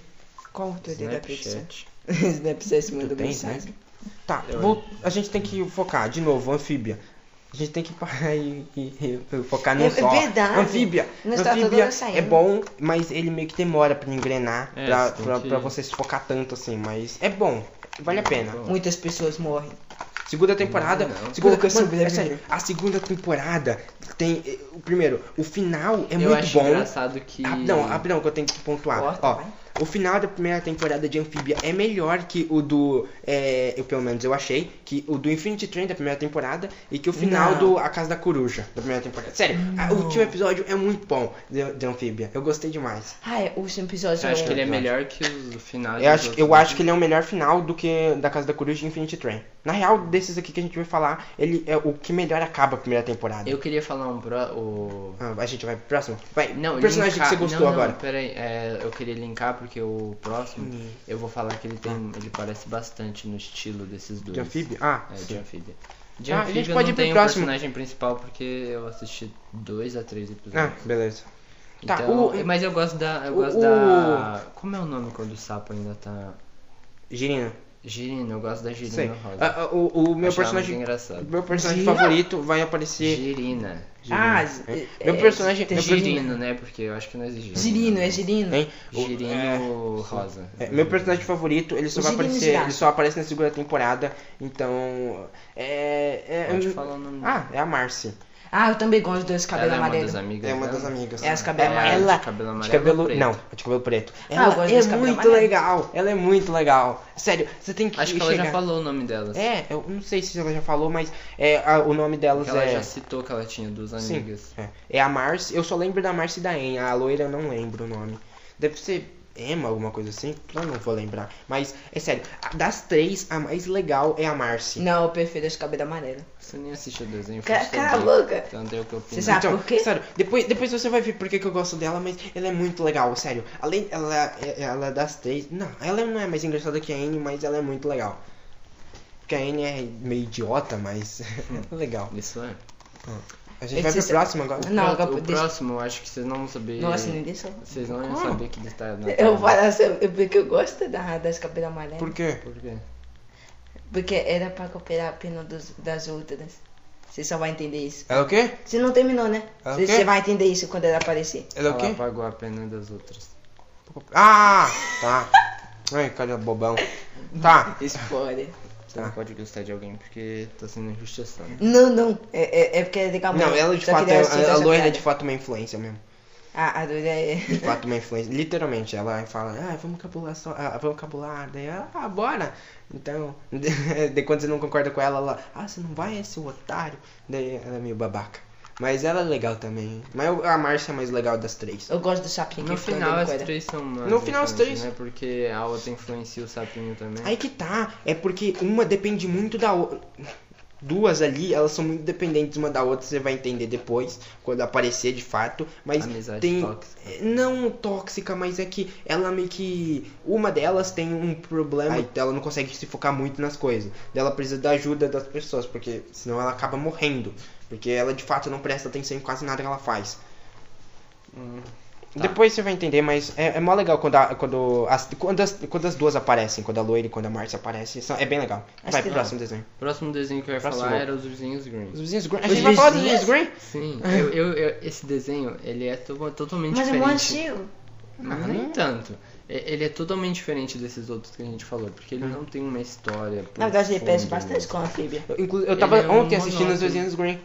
Qual o teu dedo da Pixar?
Snapchat. né?
Snapchat
Tu
manda
tem
mensagem.
Tá,
Eu-
vou- a gente tem que focar de novo, anfíbia. A gente tem que parar e, e- e focar num
É
só.
verdade.
Anfíbia.
Não está todo
anfíbia
mundo saindo.
é bom, mas ele meio que demora pra engrenar,
É,
pra,
você tem
pra,
que-
pra você se focar tanto assim, mas é bom. Vale a pena.
bom.
Muitas pessoas morrem.
Segunda temporada.
Não, não.
Segunda,
Poucas
mano, é
sobrevivem.
sério, a segunda temporada tem. eh, O primeiro, o final é
eu
muito
acho
bom. Ah,
engraçado que.
Rapidão, rapidão, que eu tenho que pontuar.
Corta,
Ó,
vai.
o final da primeira temporada de Amphibia é melhor que o do. é, eu, pelo menos eu achei, que o do Infinity Train da primeira temporada e que o final
Não.
do A Casa da Coruja da primeira temporada. Sério, a- o último episódio é muito bom de, de Amphibia. Eu gostei demais.
Ah, é, o último episódio
Você acha
é
que ele é
Não.
melhor que os finais?
Eu acho, eu acho que ele é o melhor final do que da Casa da Coruja e Infinity Train. Na real, desses aqui que a gente vai falar, ele é o que melhor acaba a primeira temporada.
Eu queria falar um pro. O...
Ah, a gente vai pro próximo? Vai,
Não,
o personagem
linkar-
que você gostou
não, não,
agora. Hum.
Peraí, é, eu queria linkar porque o próximo eu vou falar que ele tem. Ele parece bastante no estilo desses dois.
Ah. De Amphibia? Ah,
É, de
sim.
anfíbia. De
Ah, a
anfíbia
gente pode ir
não
pro
tem o
próximo.
personagem principal porque eu assisti dois a três
Ah,
episódios.
beleza. tá,
Então,
o-
Mas eu gosto da. Eu
o-
gosto da. Como é o nome quando o sapo ainda tá.
Girina.
Girino, eu gosto da
Sei.
Girino Né, Rosa.
Ah, ah, o, o meu
Achava
personagem.
muito engraçado.
Meu personagem
Gira?
favorito vai aparecer.
Girina.
Ah,
É.
é-
meu
é-
personagem.
tem
meu
Girino.
personagem-
Girino, né? Porque eu acho que não existe.
Girino, é Girino.
hein? O-
Girino Rosa.
é, meu personagem favorito, ele só
O
vai
Girino
aparecer.
Girafa.
Ele só aparece na segunda temporada. Então. É. é
Pode falar o nome
Ah, é a Marcy.
Ah, eu também gosto dos
Ela
cabelos
é uma das
amarelos.
amigas.
É uma
dela?
das amigas.
É as
É,
cabelos
a
amarelos.
de
Ela.
cabelo
De
amarelo. ou
cabelo.
preto?
Não, de cabelo preto.
Ah,
Ela
eu gosto
é
desse cabelo
muito
amarelo.
legal. Ela é muito legal. Sério, você tem que
Acho que ela
chegar.
já falou o nome delas.
É, eu não sei se ela já falou, mas é, a- o nome delas
Ela
é.
já citou que ela tinha duas
Sim,
amigas.
É. É a Marcy, eu só lembro da Marcy e da Anne, a loira eu não lembro o nome. Deve ser Emma, alguma coisa assim, eu não vou lembrar. Mas, é sério, a- das três, a mais legal é a Marcy.
Não, eu prefiro os cabelos amarelos.
Você nem assiste o desenho.
Ca-
faz
cala a
tempo.
boca.
Então deu o que eu opino.
Você sabe
Então,
por quê?
sério, depois, depois você vai ver porque que eu gosto dela, mas ela é muito legal, sério. Além, ela, é- ela é das três, não, ela não é mais engraçada que a Anne, mas ela é muito legal. Porque a Anne é meio idiota, mas é legal.
Isso é.
A gente vai
Esse-
pro próximo agora.
Não,
Pronto, o
deixa-
próximo, eu acho que vocês não vão saber.
Nossa, nem deixa.
Vocês não iam
Como?
saber que detalhe. na
Eu
tela.
falo assim, eu- porque eu gosto da, das cabelos amarelos.
Por quê?
Por quê?
Porque era pra cooperar a pena dos- das outras. Você só vai entender isso.
Ela é o quê?
Você não terminou, né?
Ah, o
Você
quê?
você vai entender isso quando ela aparecer.
Ela é o quê?
Ela pagou a pena das outras.
Ah, tá. Ai, cara bobão. Tá.
Spoiler.
Você não pode gostar de alguém porque tá sendo injustiçado.
Não, não. É, é, é porque é legal
Não,
mesmo.
ela de
Só
fato,
queria
é- a,
assistir
a
essa
loira é
piada.
de fato uma influência mesmo.
Ah, a doida é.
De fato uma influência. Literalmente, ela fala, ah, vamos cabular só, ah, vamos cabular. Daí, ela, ah, bora. Então, de quando você não concorda com ela, ela, ah, você não vai, seu otário. Daí ela é meio babaca. Mas ela é legal também. Mas eu- a Márcia é mais legal das três.
Eu gosto do sapinho
No
que é fica
final é
andando
as
com ela.
três são mais
No final, as
importantes,
três.
Né? Porque a
Né?
outra influencia o sapinho também.
Aí que tá, é porque uma depende muito da outra. duas ali, elas são muito dependentes uma da outra, você vai entender depois, quando aparecer de fato. Mas
Amizade
tem.
tóxica.
é, Não tóxica, mas é que ela meio que. Uma delas tem um problema,
Ai.
ela não consegue se focar muito nas coisas. daí Ela precisa da ajuda das pessoas, porque senão ela acaba morrendo. Porque ela de fato não presta atenção em quase nada que ela faz.
Tá.
Depois você vai entender, mas é, é mó legal quando, a- quando, as, quando, as, quando as duas aparecem, quando a Loira e quando a Márcia aparecem. são- é bem legal.
Acho
vai
que
pro
não.
próximo desenho.
Próximo desenho que eu ia
Próximo.
falar era os vizinhos Green.
Os vizinhos Green. A
Os
gente vai falar dos
vizinhos?
vizinhos Green?
Sim, eu, eu- eu- esse desenho, ele é to- totalmente
Mas é
diferente.
mó antigo. né?
Mas nem tanto. E- Ele é totalmente diferente desses outros que a gente falou, porque
Ah.
ele não tem uma história.
Na verdade, ele perde
profunda.
bastante com a anfíbia.
Eu, inclu- eu tava
Ele é um
ontem assistindo
monótono.
os vizinhos Green.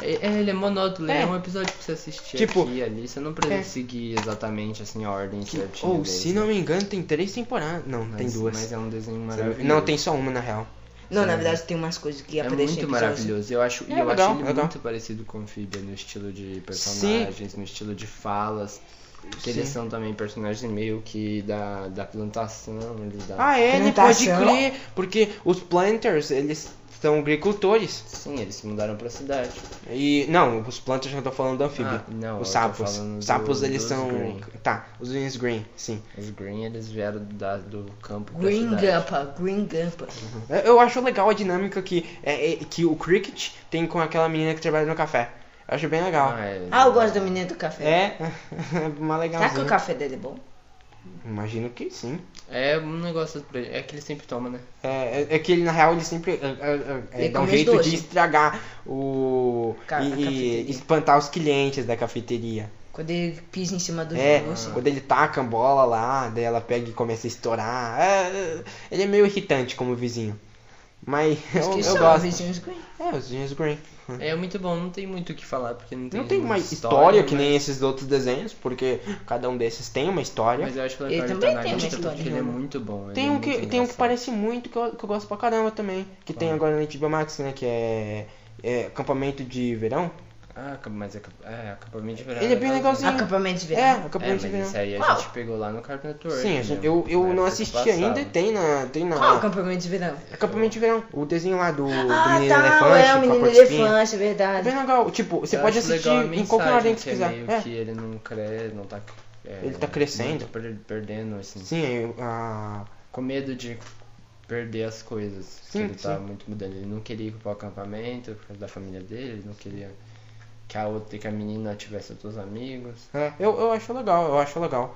É, é, ele é monótono, é.
É.
um episódio pra você assistir
Tipo,
aqui e ali. Você não precisa
é.
seguir exatamente assim a ordem certinha.
Ou,
deles,
se
né?
não me engano, tem três temporadas. Não,
Mas-
tem duas.
Mas é um desenho maravilhoso.
Não, tem só uma na real.
Não, na verdade tem umas coisas que
É
aparecem em
muito
episódios.
maravilhoso. Eu acho, e
É,
eu
legal,
acho ele
legal.
muito parecido com Fibia no estilo de personagens, no estilo de falas. Porque Eles
Sim.
são também personagens meio que da, da plantação, eles da.
Ah, é, ele pode
Plantação.
crer, porque os planters, eles são agricultores.
Sim, eles se mudaram pra cidade.
E não, os planters eu tô falando do anfíbio.
Ah, não,
os
eu tô
sapos.
falando
Os sapos
do-
eles
dos
são
green.
tá, os vizinhos green, sim.
Os Green eles vieram da- do campo
Green
da cidade.
Gumpa, Green Gumpa.
Eu- Eu acho legal a dinâmica que é, é- que o cricket tem com aquela menina que trabalha no café. Eu acho bem legal.
Ah, é.
Ah, eu gosto do menino do café.
É, é mais legal.
Será que o café dele é bom?
Imagino que sim.
É um negócio. pra- É que ele sempre toma, né?
É, é- é que ele, na real, ele sempre é, é, é,
Ele
dá um
come os
jeito
doces.
de estragar o.
Ca- a
e-
cafeteria.
e espantar os clientes da cafeteria.
Quando ele pisa em cima do assim,
É,
Uhum.
doce.
quando ele taca a bola lá, daí ela pega e começa a estourar. É, é, ele é meio irritante como vizinho. Mas eu,
Acho que
eu
são
gosto.
vizinhos green.
É, os vizinhos Green.
É muito bom, não tem muito o que falar, porque não tem né?
Não tem uma
muita
história que
mas-
nem esses outros desenhos, porque cada um desses tem uma história.
Mas eu acho que
Ele
ele
também
tá na
tem uma
lista
história,
porque ele é
né?
muito bom. ele é
Tem um
muito
que, tem um que
engraçado. Uhum.
parece muito que eu, que eu gosto pra caramba também. Que tem
Qual?
agora na HBO Max, né? Que é, é acampamento de verão.
Ah, acab- mas é, acab- é acampamento de verão.
Ele é bem legalzinho.
Acampamento de
É,
verão.
É, mas
acampamento de verão.
isso aí a
Qual?
gente pegou lá no Cartoon Network.
Sim, a
né?
gente- eu,
Na
eu não
época que
assisti
passava.
ainda, tem na. Tem na
Qual acampamento de verão?
acampamento de verão. O desenho lá do, do
Ah,
menino
tá,
elefante.
é o
com a
menino
cor de espinha.
elefante, é
É
verdade.
bem legal. Tipo, você
Eu
pode
acho legal a
assistir em qualquer ordem
mensagem,
que você
é
quiser.
meio
É.
que ele não cre... não tá... é,
Ele tá crescendo.
muito per- perdendo, assim.
Sim, eu- a.
Com medo de perder as coisas. porque
Sim,
ele tá
sim.
muito mudando. Ele não queria ir pro acampamento por causa da família dele. Ele não queria que a outra, que a menina tivesse outros amigos.
é, eu, eu acho legal, eu acho legal.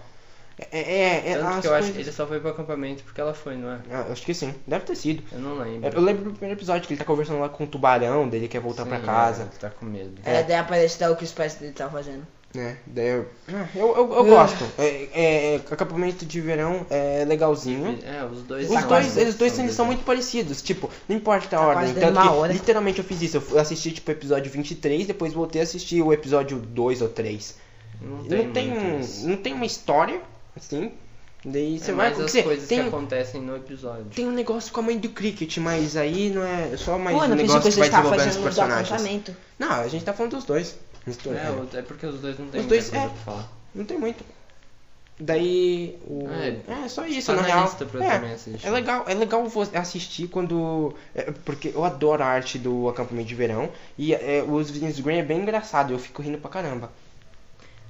É, é, é,
Tanto
as
que eu acho que
coisas-
ele só foi pro acampamento porque ela foi, não é?
Ah, acho que sim, deve ter sido. É,
Eu não lembro.
Eu lembro do primeiro episódio que ele tá conversando lá com o tubarão, dele quer voltar
Sim,
pra
é,
casa.
ele tá com medo.
É, daí aparece lá o que os pais dele estavam fazendo.
né? Daí eu, Ah, eu, eu, eu gosto. É, é, é, acampamento de verão é legalzinho.
É, os dois
Os
são
dois,
ótimos,
eles dois são, eles são muito parecidos, tipo, não importa a
Tá
ordem.
quase
Tanto
dando uma hora.
que, literalmente eu fiz isso, eu fui- assisti tipo o episódio 23, depois voltei a assistir o episódio 2 ou 3.
Não tem,
Não tem, um-
muito isso.
não tem uma história, assim. Daí você
é
vai
mais as
você
coisas que
tem, um-
acontecem no episódio.
tem um negócio com a mãe do cricket, mas aí não é só mais
Pô,
um
não pensei
negócio
que
que vai
você tava
desenvolvendo os
fazendo um no
personagens.
acampamento.
Não, a gente tá falando dos dois. Mistura-
É, o- é porque os dois não tem
Os
muita
dois-
coisa
é.
pra falar.
Não tem muito. Daí o.
É,
É, só isso,
tá
na
na
real.
lista pra eu
é,
também assistir.
é legal, é legal você assistir quando. é, porque eu adoro a arte do acampamento de verão. E é, os vizinhos Green é bem engraçado, eu fico rindo pra caramba.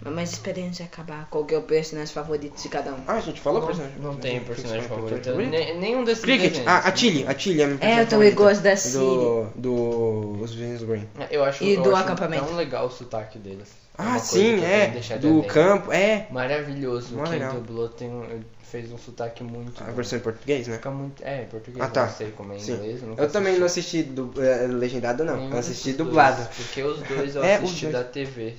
Mas esperem antes de acabar. Qual que é o personagem favorito de cada um?
Ah, a gente falou personagem.
Não tem personagem favorito.
favorito?
Ne- Nenhum desses
Cricket,
desenhos.
a, a Tilly, a Tilly é a minha
É, eu
personagem
também gosto
favorita
da
do,
Siri.
do Os vizinhos Green.
É, Eu acho,
E
eu
do
acho
acampamento.
tão legal o sotaque deles. É
Ah,
uma coisa que eu
sim,
tenho
é.
que deixar de
Do
adendo.
campo, é.
Maravilhoso.
Mó
Quem
legal.
dublou tem um- fez um sotaque muito.
A
bom.
versão em português, né?
Fica muito. É, em português.
Ah, tá.
Eu não sei como é em
Sim.
inglês. Eu, nunca
Eu também não
assisti.
assisti du- eh, legendado, não.
Nenhum
Eu assisti
desses dois,
dublado.
Porque os dois eu
É, os
assisti
dois.
da TV.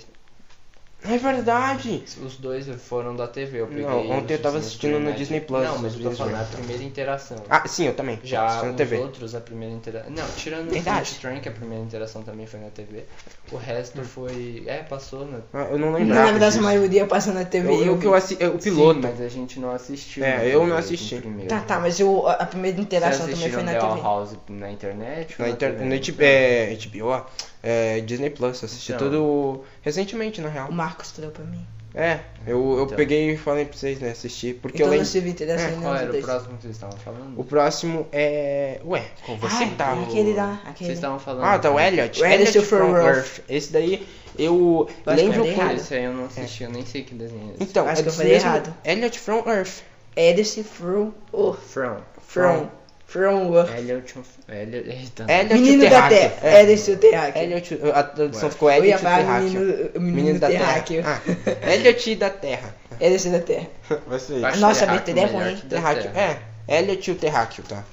É verdade!
Os dois foram da TV. Eu peguei
Não, ontem eu
os
tava
Disney
assistindo no
Plus,
Disney
mas-
Plus,
Não, mas
os
eu tô
Disney
falando a
Plus.
primeira interação.
Ah, sim, eu também.
Já
assisti
os
na TV.
outros, a primeira interação. Não, tirando
Verdade.
o Sonic Trank, a primeira interação também foi na TV. O resto
Hum.
foi. É, passou na.
Ah, eu não lembrava.
Na verdade, a
disso.
maioria passa na TV.
eu, eu que eu assi... é, o
Sim,
piloto.
mas a gente não assistiu.
É,
na
eu não
TV,
assisti.
no primeiro.
Tá, tá, mas eu, a a primeira
Vocês
interação também
assistiram
foi na
The Owl
TV.
House na internet? ou
Na inter...
TV?
no H- é, HBO, ó, é, Disney Plus, eu assisti
Então.
tudo recentemente, na real.
O Marcos trouxe pra mim.
É, eu, eu
Então.
peguei e falei pra vocês, né, assistir, porque
Então
eu
não
lembro... É,
se interessa em
Qual
nenhum
era
dos
o
dois.
próximo que vocês estavam falando?
O próximo é... Ué, com você
Ah,
tá...
aquele lá, aquele.
Vocês estavam falando.
Ah, tá, o Elliot.
O Elliot from Earth. é
Esse daí, eu
Eu acho que
lembro
eu dei
quando...
errado, Isso aí eu não assisti, eu nem sei que desenho é esse.
Então,
Acho
é
que eu
desse
falei
mesmo-
errado.
Elliot from Earth.
Edison From Earth.
From.
From. From Earth.
Elliot. Elliot. Eita.
Elliot
Menino
É. o
da
Terráqueo.
Terra.
É.
Edison Terráqueo.
Elliot, uh, a tradução
Ué.
ficou
Eu
Elliot
ia
o
falar
Terráqueo.
menino, menino
da
Terráqueo.
Terra. Ah, Elliot da Terra.
Edison da Terra.
Vai ser
Eu acho
Nossa,
Terráqueo
abertura é
melhor
ruim.
que um
Terráqueo.
Terra.
É, Elliot o Terráqueo, tá?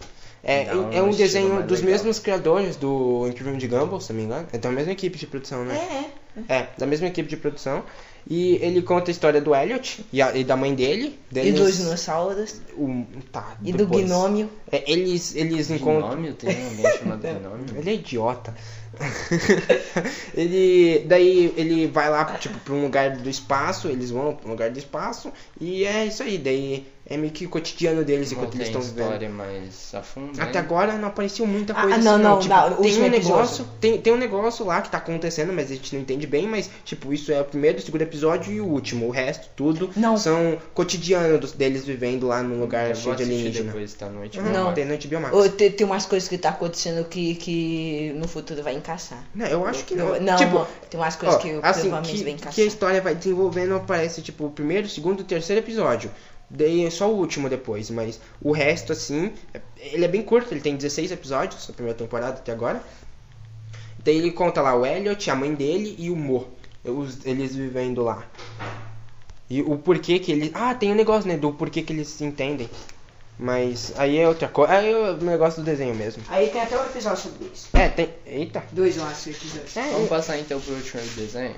É,
Dá um
é um
estilo
desenho
mais
dos
legal.
mesmos criadores do Incrível de Gumball, se não me engano. É da mesma equipe de produção, né?
É,
É, da mesma equipe de produção. E ele conta a história do Elliot e, a- e da mãe dele.
E
Deles-
dos dinossauros.
o- tá,
E do
depois.
gnômio.
É, eles, eles encontram.
Binômio? Tem alguém chamado binômio?
Ele é idiota. ele. Daí ele vai lá, tipo, pra um lugar do espaço, eles vão pra um lugar do espaço, e é isso aí. Daí é meio que o cotidiano deles
Não
enquanto eles
tem
estão vivendo.
história mais a fundo.
Até
né?
agora não apareceu muita
Ah,
coisa
não,
assim,
não,
Tipo,
não, o
tem
último
um
episódio.
negócio, tem, tem um negócio lá que tá acontecendo, mas a gente não entende bem, mas tipo, isso é o primeiro, o segundo episódio e o último. O resto, tudo,
Não.
são cotidiano dos- deles vivendo lá num um lugar
Eu vou
cheio de
assistir
alienígena.
depois, tá noite.
Uhum,
Não.
Tem noite biomax.
Ou tem, tem umas coisas que tá acontecendo que, que no futuro vai encaixar.
Não, eu acho que não.
Não, não,
tipo,
tem umas
Ó,
coisas que eu
assim,
provavelmente vai
que,
encaixar.
que a história vai desenvolvendo, aparece tipo o primeiro, o segundo, o terceiro episódio. Daí é só o último depois, mas o resto, assim, é- ele é bem curto, ele tem 16 episódios, a primeira temporada até agora. Daí ele conta lá o Elliot, a mãe dele e o Mo, os- eles vivendo lá. E o porquê que eles. Ah, tem um negócio, né? Do porquê que eles se entendem. Mas aí é outra coisa. Aí é o negócio do desenho mesmo.
Aí tem até um episódio sobre isso.
É, tem. Eita!
Dois, eu acho, episódios.
É,
Vamos passar então pro último desenho.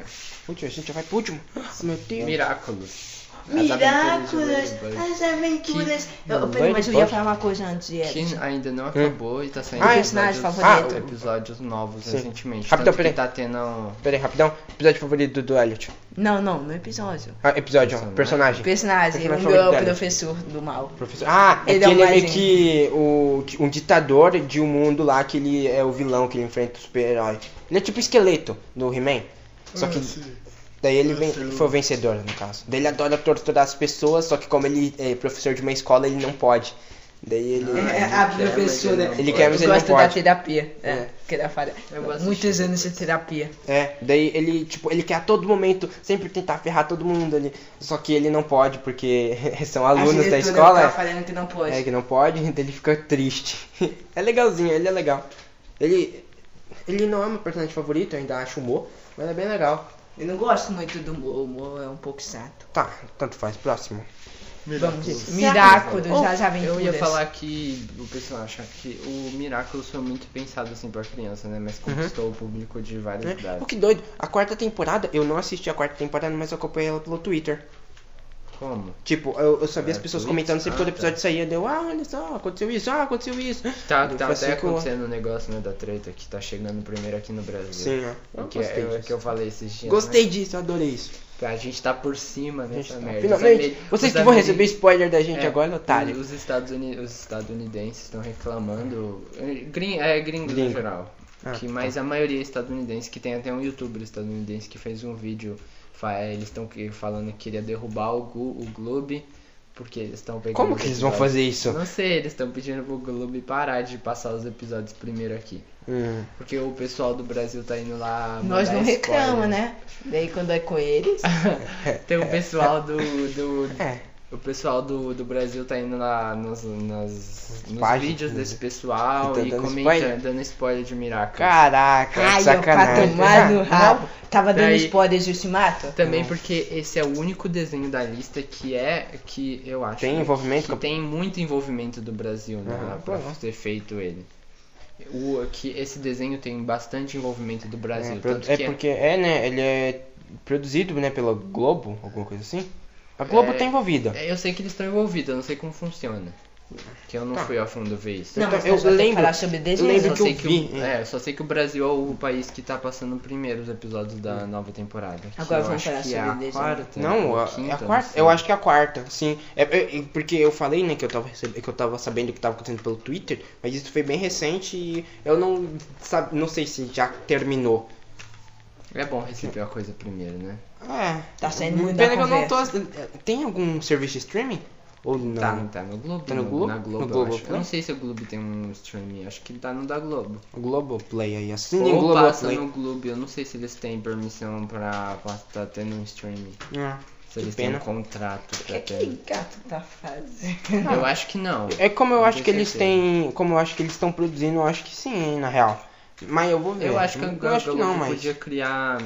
Último, a gente já vai pro último. Meu Deus.
Miraculous. As Aventuras de
Miraculous,
Ladybug,
as aventuras.
Que-
Eu, peraí, mas eu ia
Ladybug?
falar uma coisa antes de
Que
Edson.
ainda não acabou e tá saindo
Hum. Ah, é.
episódios,
Personagem favorito.
ah, episódios novos
Sim.
recentemente.
Rapidão,
Tanto
peraí.
que tá tendo um
Pera aí, rapidão. Episódio favorito do, do Elliot.
Não, não, no episódio.
Ah, episódio, ó,
Personagem.
personagem.
Personagem, o
Personagem
meu
favorito.
professor do mal.
Professor. Ah, é
Ele
que
é o
ele é
mais
meio que o, que- um ditador de um mundo lá que ele é o vilão que ele enfrenta o super-herói. Ele é tipo esqueleto do He-Man. Só que. Daí ele vem- ele foi o vencedor, no caso. Daí ele adora torturar as pessoas, só que como ele é professor de uma escola, ele não pode. Daí ele.
É, a professora.
mas
Ele quer, mas ele
eu
não
gosto da
pode.
terapia. É,
É.
que ela fala.
Eu gosto de
Muitos
assistir
anos de terapia.
É, daí ele, tipo, ele quer a todo momento sempre tentar ferrar todo mundo ali. Só que ele não pode, porque são alunos da escola.
Tá falando que não pode.
É, que não pode, então ele fica triste. É legalzinho, ele é legal. Ele. Ele não é meu personagem favorito, eu ainda acho o Mo, mas é bem legal.
Eu não gosto muito do humor, o humor é um pouco chato.
Tá, tanto faz, próximo. né?
Vamos ver.
Miraculous.
Miraculous,
Oh,
as aventuras.
Eu ia falar que o pessoal acha que o Miraculous foi muito pensado assim pra criança, né? Mas conquistou É, o público de várias
Né?
idades.
Pô, que doido, a quarta temporada, eu não assisti a quarta temporada, mas eu acompanhei ela pelo Twitter.
Como?
Tipo, eu, eu sabia
É,
as pessoas
Twitter?
comentando sempre
Ah,
todo
tá.
episódio saía, deu, ah, olha só, aconteceu isso, ah, aconteceu isso.
Tá,
Eu assim,
tá
faço
até
com-
acontecendo o negócio né, da treta que tá chegando primeiro aqui no Brasil.
Sim, é.
O
Eu
que, é,
gostei
é o
disso.
que eu falei esses dias.
Gostei disso, eu adorei isso.
Né? A gente tá por cima
Gente,
dessa
tá.
merda. Os
Finalmente,
ameri-
vocês
os
que vão
ameri-
receber spoiler da gente
É,
agora, otário.
Os, Estados Uni- os estadunidenses estão reclamando. Gring, é gringos
Gringo.
no geral.
Ah,
que, mas a maioria é estadunidense, que tem até um youtuber estadunidense que fez um vídeo. fa- eh, Eles estão falando que queria derrubar o, Gu- o Globe. Porque eles estão pegando.
Como
os
que eles vão
episódios.
fazer isso?
Não sei, eles estão pedindo pro Globe parar de passar os episódios primeiro aqui.
Hum.
Porque o pessoal do Brasil tá indo lá.
Nós
mandar
não
spoiler.
reclamamos, né? Daí quando é com eles.
Tem o pessoal do. do
É.
O pessoal do, do Brasil tá indo lá nos, nas, nos
Páginas,
vídeos
né?
desse
E
pessoal
tá
e,
dando
comentando,
spoiler?
dando spoiler de Miraculous.
Caraca,
Ai, é ó, pra
sacanagem.
tomar no
Ah,
rabo. Tava dando
Daí-
spoiler de ultimato?
Também porque esse é o único desenho da lista que é, que eu acho,
Tem envolvimento
que
com-
tem muito envolvimento do Brasil né,
Aham,
pra
pô, né?
ter feito ele. O, que esse desenho tem bastante envolvimento do Brasil.
É, pro-
tanto
é
que
porque é, né? Ele é produzido, né, pela Globo, alguma coisa assim. A Globo
É,
tá envolvida.
é- eu sei que eles estão envolvidos, eu não sei como funciona. Que eu não
Tá.
fui a fundo ver isso.
Não,
Então,
mas
eu
nós vamos ter que
lembro-
falar sobre
eu
Eu
desenho.
lembro
só
que eu
sei
vi,
o,
é.
é, eu só sei que o Brasil é o país que tá passando primeiro os episódios da nova temporada. que
Hum. Agora
eu
vamos
acho
falar
que é
sobre né?
a
desenho.
quarta,
Não,
ou
a,
quinta,
é a
não
quarta.
sei.
Eu acho que é a quarta, sim. É, é- é porque eu falei, né, que eu tava recebendo, que eu tava sabendo o que tava acontecendo pelo Twitter, mas isso foi bem recente e eu não sabe, não sei se já terminou.
É bom receber a coisa primeiro, né?
É.
Tá saindo muito
Pena
da
que eu não tô. Tem algum serviço de streaming? Ou não?
Tá, não tá no Globo.
Tá no
não,
Globo?
Na
No
Globo,
Globo,
eu acho.
né?
Eu não sei se o Globo tem um streaming, acho que tá no da Globo.
Globoplay aí, assim.
Ou passa
Globoplay.
no Globo, eu não sei se eles têm permissão pra estar tendo um streaming.
É.
Se
Que
eles
pena.
têm um contrato pra
que É que
ter.
gato tá fazendo?
Eu acho que não.
É como eu
Não
acho
tenho
que eles
certeza.
têm. Como eu acho que eles estão produzindo, eu acho que sim, hein, na real. Mas eu vou ver.
Eu acho que a
eu,
Globo
acho que não, mas.
podia criar.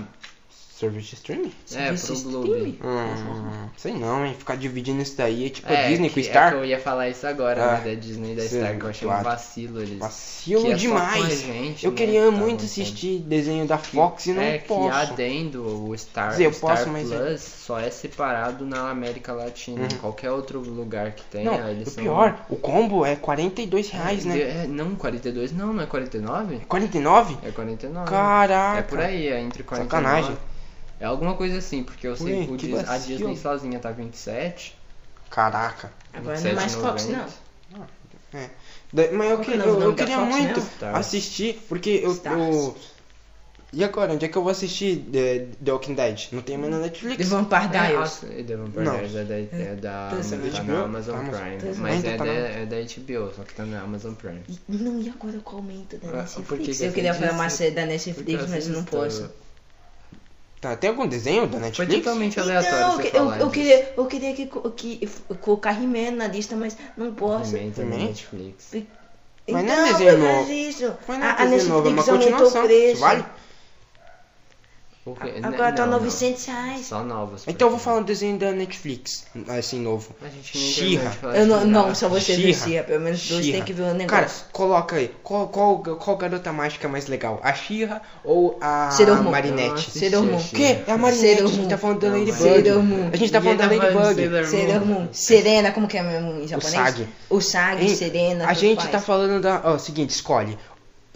Serviço de streaming?
É,
Serviço
pro
de
Globo.
streaming.
Hum, sei não, hein? Ficar dividindo isso daí é tipo
Uhum. É,
a Disney
que-
com
é
Star.
que eu ia falar isso agora,
Ah,
né, da Disney e da
sim,
Star, que eu achei um
claro.
vacilo eles. que
Vacilo
é só com a
demais.
gente,
eu
né,
queria
que tá
muito
bom,
assistir desenho da Fox e não
é que
posso.
adendo o Star,
Quer dizer, eu
o Star
posso, mas
Plus
é- Uhum.
só é separado na América Latina. Em qualquer outro lugar que tenha,
Não,
né, eles
o
são.
pior, o combo é 42 reais, né?
É, não, 42 não, não é 49?
49?
É 49.
Caraca.
É por aí, é entre 49.
Sacanagem.
É alguma coisa assim, porque eu sei
Ui,
que o
que
Dis- a
vacilo.
Disney sozinha tá 27.
Caraca.
Agora não é mais Fox, não.
É. Da- Mas eu,
Qual que
que,
é o
eu,
nome
eu
da
queria
Fox
muito
mesmo?
Stars.
assistir, porque eu,
Stars.
eu- E agora, onde é que eu vou assistir The, The Walking Dead? Não tem mais na Netflix.
The Vampire
É,
Diaries.
a- The Vampire
Não.
Diaries é da, é da,
Tá sendo
tá
HBO?
na Amazon
Amazon.
Prime.
Tá
Mas
sendo-
é da,
Ainda tá
é da HBO, só que tá na Amazon Prime.
E- Não, e agora eu comento da
Ah, por que
Netflix?
que
eu queria
eu fiz
falar uma
isso?
série da
Porque eu
Netflix, mas eu não
assisto-
posso.
Tá, tem algum desenho da
Foi
Netflix?
totalmente é aleatório
Não,
você
Então, eu, eu,
falar né? disso.
queria, eu queria que, co- que f- colocar He-Man na lista, mas não posso.
He-Man tá na
He-Man?
Netflix.
Mas não é
então,
desenho
eu
novo.
fiz isso.
Foi
a,
na
a
desenho novo, é uma
Netflix aumentou
continuação.
o preço.
Vale?
Porque-
A-
né,
Agora tá
não, não.
900 reais.
Só novas.
Então eu vou
porque-
falar um desenho da Netflix, assim, novo.
A gente nem terminou de
Xirra.
falar
Eu
de
não,
nada.
não, é um só você
She-Ra.
vicia. Pelo menos dois tem
She-Ra.
que ver o negócio.
Cara, coloca aí. Qual, qual, qual garota mágica é mais legal? A Xirra ou a
Sailor Moon.
Ah, Marinette?
Nossa,
Sailor Moon.
Xirra.
O quê? É a Marinette.
Sailor
A gente tá
Moon.
falando da
Não,
Ladybug.
Sailor Moon.
A gente tá falando da
E ele tá falando
Ladybug.
Sailor
Sailor Moon. Serena, como que é mesmo em japonês?
Sag.
O Sag,
Hein?
Serena.
A
tanto
gente
faz.
tá falando da. Ó, seguinte, escolhe.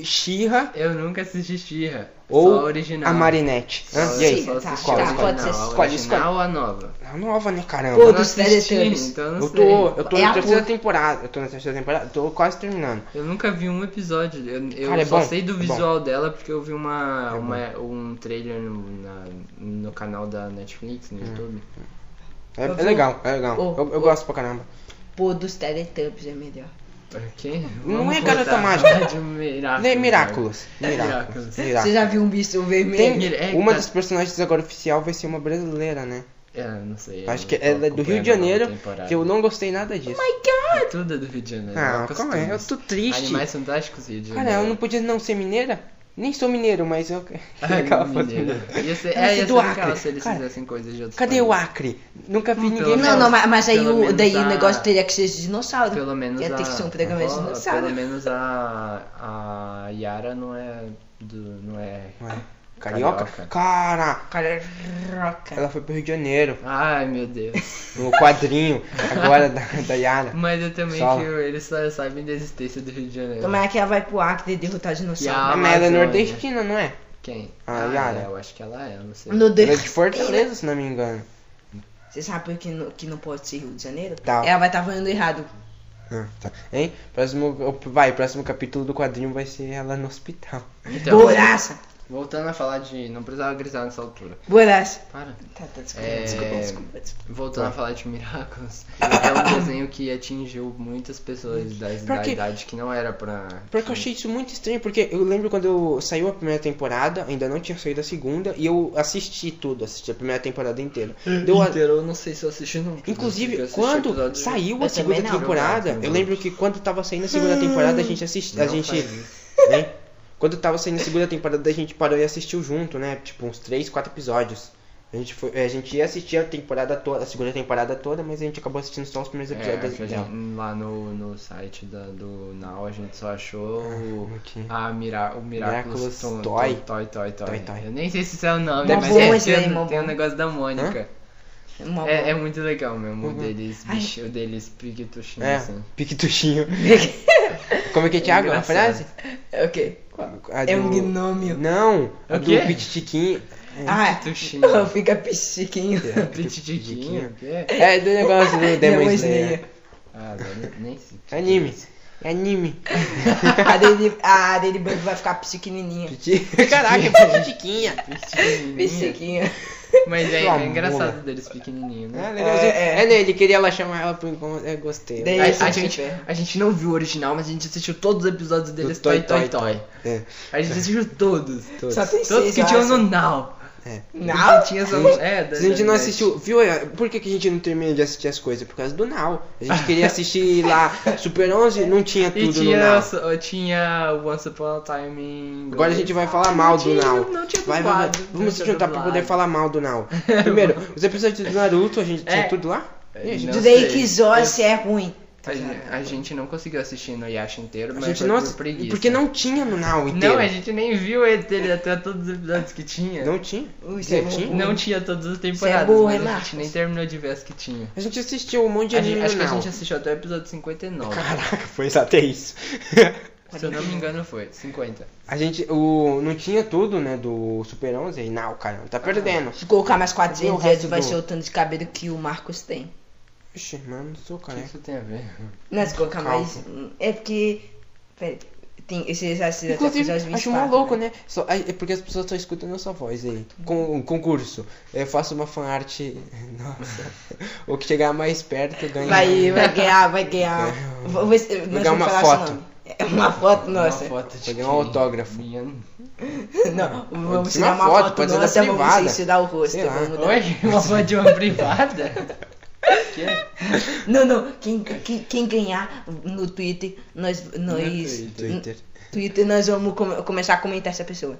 Xirra
Eu nunca assisti Xirra.
ou
só a original.
a Marinette.
Só-
Hã? E aí?
só
Tá,
assisti
tá,
a
pode
original.
ser.
A
Escolhe, escolhe.
original ou a nova?
É nova, né,
Pô,
caramba?
Eu não
dos
assisti,
Teletubbies.
então não
Eu
sei.
tô, eu tô
É
na
a
terceira
puta.
temporada. Eu tô na terceira temporada. Tô quase terminando.
Eu nunca vi um episódio. Eu, eu
Cara, é
só
bom,
sei do
é
visual dela porque eu vi uma,
É
uma- um trailer no, na- no canal da Netflix, no YouTube.
É,
Eu
é
vi-
legal, é legal.
Ô,
eu eu
ô.
gosto pra caramba.
Pô, dos Teletubbies é melhor.
Ok?
Não
Vamos
é Garota
voltar.
Mágica.
De um Miraculous.
Nem Miraculous.
Ah, é. Miraculous.
Miraculous.
Você
Tá.
Miraculous.
já viu um bicho vermelho?
Mir- é,
Tem, uma
tá-
das personagens agora oficial vai ser uma brasileira, né?
É, não sei. eu
Acho que
não
ela é
tô
do Rio
acompanhando a
de
nova
Janeiro,
temporada.
que eu não gostei nada
Oh
disso.
Tudo é do Rio de Janeiro.
Ah,
é
calma
costume.
aí, eu tô triste.
Animais Fantásticos Rio de Janeiro.
Cara, eu não podia não ser mineira? Nem sou mineiro, mas eu.
Ah,
Legal, foto
mineiro.
mineira.
Ia ser,
Ela
é, ia
é
ser
do
legal
Acre.
se eles
Cara,
fizessem coisas de outros
Cadê o
países.
Acre? Nunca vi
Hum,
ninguém
pelo
Não, não,
falando.
mas, mas aí,
Pelo
o,
menos
daí
a-
o negócio teria que ser de dinossauro.
Pelo
É,
menos
Ia
a...
ter que ser um programa de
avó-
dinossauro.
Pelo menos a, a Yara não é do... Não é...
Ué, Carioca?
Carioca.
Cara,
Caraca.
ela foi pro Rio de Janeiro,
Ai, meu Deus.
no quadrinho agora da, da Yara.
Mas eu também
Só-
que eles só sabem da existência do Rio de Janeiro.
Tomara é que ela vai pro Acre e derrotar dinossauro.
Yeah.
Mas ela é
Amazônia.
nordestina, não é?
Quem?
A Yara.
é, eu acho que ela é, eu não sei.
Meu
Ela é
Deus.
de Fortaleza, se não me engano.
Você sabe por que não, que não pode ser Rio de Janeiro?
Tá.
Ela vai estar falando errado.
Ah, tá. Hein? Próximo, vai, próximo capítulo do quadrinho vai ser ela no hospital.
Então,
Boraça!
voltando a falar de... Não precisava gritar nessa altura.
Boraça!
Para.
Tá, tá, desculpa,
É,
desculpa, desculpa, desculpa.
Voltando
Tá.
a falar de Miraculous, é um desenho que atingiu muitas pessoas da, da
Porque-
idade que não era pra.
Porque eu achei isso muito estranho, porque eu lembro quando eu- saiu a primeira temporada, ainda não tinha saído a segunda, e eu assisti tudo, assisti a primeira temporada inteira. Deu a-
Inteiro, eu não sei se eu assisti não.
Inclusive,
Eu assisti
quando
episódio-
saiu a
Eu
segunda
também não.
temporada, eu lembro que quando tava saindo a segunda temporada, a gente assistiu. A
Não
gente.
faz isso.
Né? Quando tava saindo a segunda temporada, a gente parou e assistiu junto, né? Tipo, uns 3, 4 episódios. A gente, foi, a gente ia assistir a temporada toda, a segunda temporada toda, mas a gente acabou assistindo só os primeiros
É,
episódios.
que a
dela.
gente- lá no, no site da, do Now a gente só achou o-
ok.
a Mira, o Miraculous
Ah. Miraculous
Ton-
Toy.
Ton- Toy, Toy, Toy.
Toy, Toy. Tá
Eu nem sei se isso é o nome,
Mó
mas
bom
é,
esse
tem,
daí, mó
tem um
bom.
negócio da Mônica.
Mó bom.
É, é muito legal mesmo, o deles,
Ai.
bicho, o deles piguetuchinho
Uhum. É,
assim.
piquituchinho. Como é que é, Thiago? a
engraçado.
frase?
É o quê?
A
É
do-
um gnômio.
Não, a
É O
do
quê?
pititiquinho.
Ah,
Pituxinho.
fica pichiquinho.
Pitiquinho, o quê?
É
É do negócio do Demon Slayer.
Ah, velho, nem sei.
Anime. É anime.
A Deli, a Ladybug vai ficar pequenininha.
Caraca, é Chiquinha.
Psiquinha.
Mas é,
Pelo
é
amor.
engraçado deles pequenininhos, né?
legalzinho. É, né, ele queria ela chamar ela por um é, enquanto. Eu gostei.
Daí-
A,
Esse tipo é.
a
de
gente,
ferro.
a gente não viu o original, mas a gente assistiu todos os episódios deles
Toy,
Toy Toy
Toy,
Toy.
É.
A gente assistiu todos. Todos,
Só tem
todos
seis,
que
eu
tinham
acho.
no Now.
Não?
Que tinha só no- é, da-
É. Se a gente não
da-
assistiu, viu? é, Por que, que a gente não termina de assistir as coisas? Por causa do Now. A gente queria assistir lá Super 11, não tinha
E
tudo no
tinha,
Now.
so- tinha Once Upon a Time in...
Agora a gente vai falar mal do
tinha-
Now.
não tinha
vai, vai,
dublado,
vai.
não
Vamos se
tinha
juntar pra
dublado.
poder falar mal do Now. Primeiro, os episódios do Naruto, a gente tinha
É.
tudo lá?
É,
Gente,
não
Drake
sei.
Zossi é ruim.
A, gen- a gente não conseguiu assistir no Yasha inteiro,
A
mas
gente
foi
não
por
ass-
preguiça.
Porque não tinha no Now inteiro.
Não, a gente nem viu ele, ele até todos os episódios que tinha.
Não tinha.
Ui, você é
Tinha?
burro.
Não tinha todas as temporadas,
é burro,
mas
hein,
a
Marcos?
gente nem terminou de ver as que tinha.
A gente assistiu um monte de
A
anime
gente, acho que
no
a
Now.
gente assistiu até o episódio 59.
Caraca, foi até isso.
Se eu não me engano foi, 50.
A gente, o, não tinha tudo, né, do Super 11 e Now, cara, tá perdendo.
Se colocar mais
Cadê o
400
resto
dedos, vai
do-
ser o tanto de cabelo que o Marcos tem.
Ixi, mano, não sou
O que
careca.
isso tem a ver?
Não, se colocar
Calma.
mais. É porque. Peraí. Tem esses esses
Inclusive,
episódios 24.
acho mó louco, né? Só, aí, é porque as pessoas estão escutando a sua voz aí. Com um concurso. Eu faço uma fanart. Nossa. o que chegar mais perto ganha.
Vai, vai ganhar, vai ganhar.
Ganhou.
Vou ver se-
É. Vou
nós
ganhar
vamos
uma
falar seu
foto.
nome. É uma foto nossa.
Uma foto de
Pegar um
quem?
autógrafo.
Minha...
Não,
Pode
vamos
ser uma
ensinar uma
foto,
foto,
pode ser da
nossa, vamos
privada.
ensinar o rosto.
Sei lá.
vamos dar-
Oi? Uma foto de uma privada? que?
Não, não. Quem, quem, quem ganhar no Twitter, nós. nós
é Twitter.
Twitter, nós vamos come- começar a comentar essa pessoa.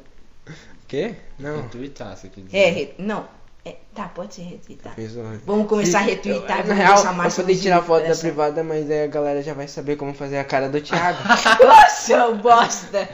Quê?
Não.
Não.
um Tuitaço aqui.
É, re- não. É, tá, pode ser retweetar.
Isso, né?
Vamos começar a
Se-
retweetar e
Na
vamos
real,
deixar
eu
mais
poder
uns
tirar foto da
impressão.
privada, mas aí a galera já vai saber como fazer a cara do Thiago.
Ô, seu bosta!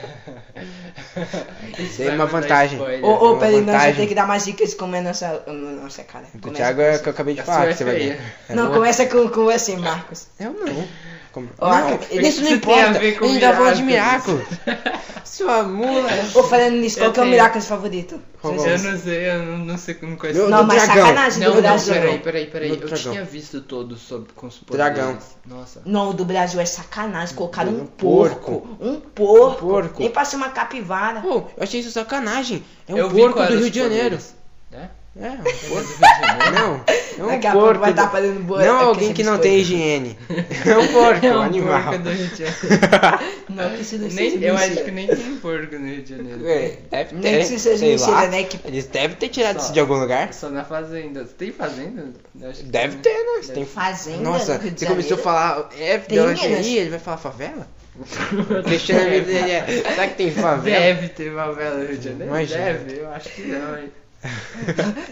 Tem uma vantagem.
Ô, ô,
É uma
peraí, nós
vantagem.
vamos ter que dar mais dicas como é a nossa, a nossa cara.
Do
Começa
Thiago
com
é o
você.
que eu acabei de
A
falar
sua
que você vai
é feia.
ganhar. É
Tá Não,
boa?
começa com, com você, Marcos.
Eu não. Como...
Ó,
Não,
o que
isso não
isso tem a
importa.
ver com
Ainda vou de
Miraculous?
Miraculous. Sua mula.
Ô, falando nisso, qual
Eu
que é o
tenho.
Miraculous favorito?
Qual é
Vocês-
Eu não sei, eu não, não sei como conheço.
Eu-
Não, mas
dragão.
sacanagem
Não,
do
não,
Brasil.
peraí, peraí, peraí.
Do
Eu
dragão.
tinha visto todos sobre, com os poderes.
Dragão.
Nossa.
Não, o do Brasil é sacanagem. Colocaram um,
Um porco.
porco. Um porco.
Um porco.
Nem pra ser uma capivara.
Pô, eu achei isso sacanagem. É um
Eu vi
porco
qual era
do
os
Rio de Janeiro.
poderes, Né?
É, um
Do
porco.
Rio de Janeiro.
Não, é um
Daqui a pouco
porco.
vai
do-
estar fazendo boa.
Não é
aquele
alguém que não
biscoito.
tem higiene. É um porco,
É um
animal.
porco do Rio de Janeiro.
Não, que isso não seja
Nem, eu
mentira.
acho que nem tem porco no Rio de Janeiro.
É, deve
Nem
ter,
que isso seja
sei
mentira,
lá.
né, que-
Eles devem ter tirado
Só-
isso de algum lugar.
É Só na fazenda. Tem fazenda? Eu acho que
Deve
tem.
ter, né? Você tem...
Fazenda
Nossa,
no Rio de
você começou a
Janeiro?
falar é,
Tem Minas.
ele vai falar favela? Cristiano ele é. Será que tem favela?
Deve ter favela no Rio de Janeiro?
Imagina.
Deve, eu acho que não, hein?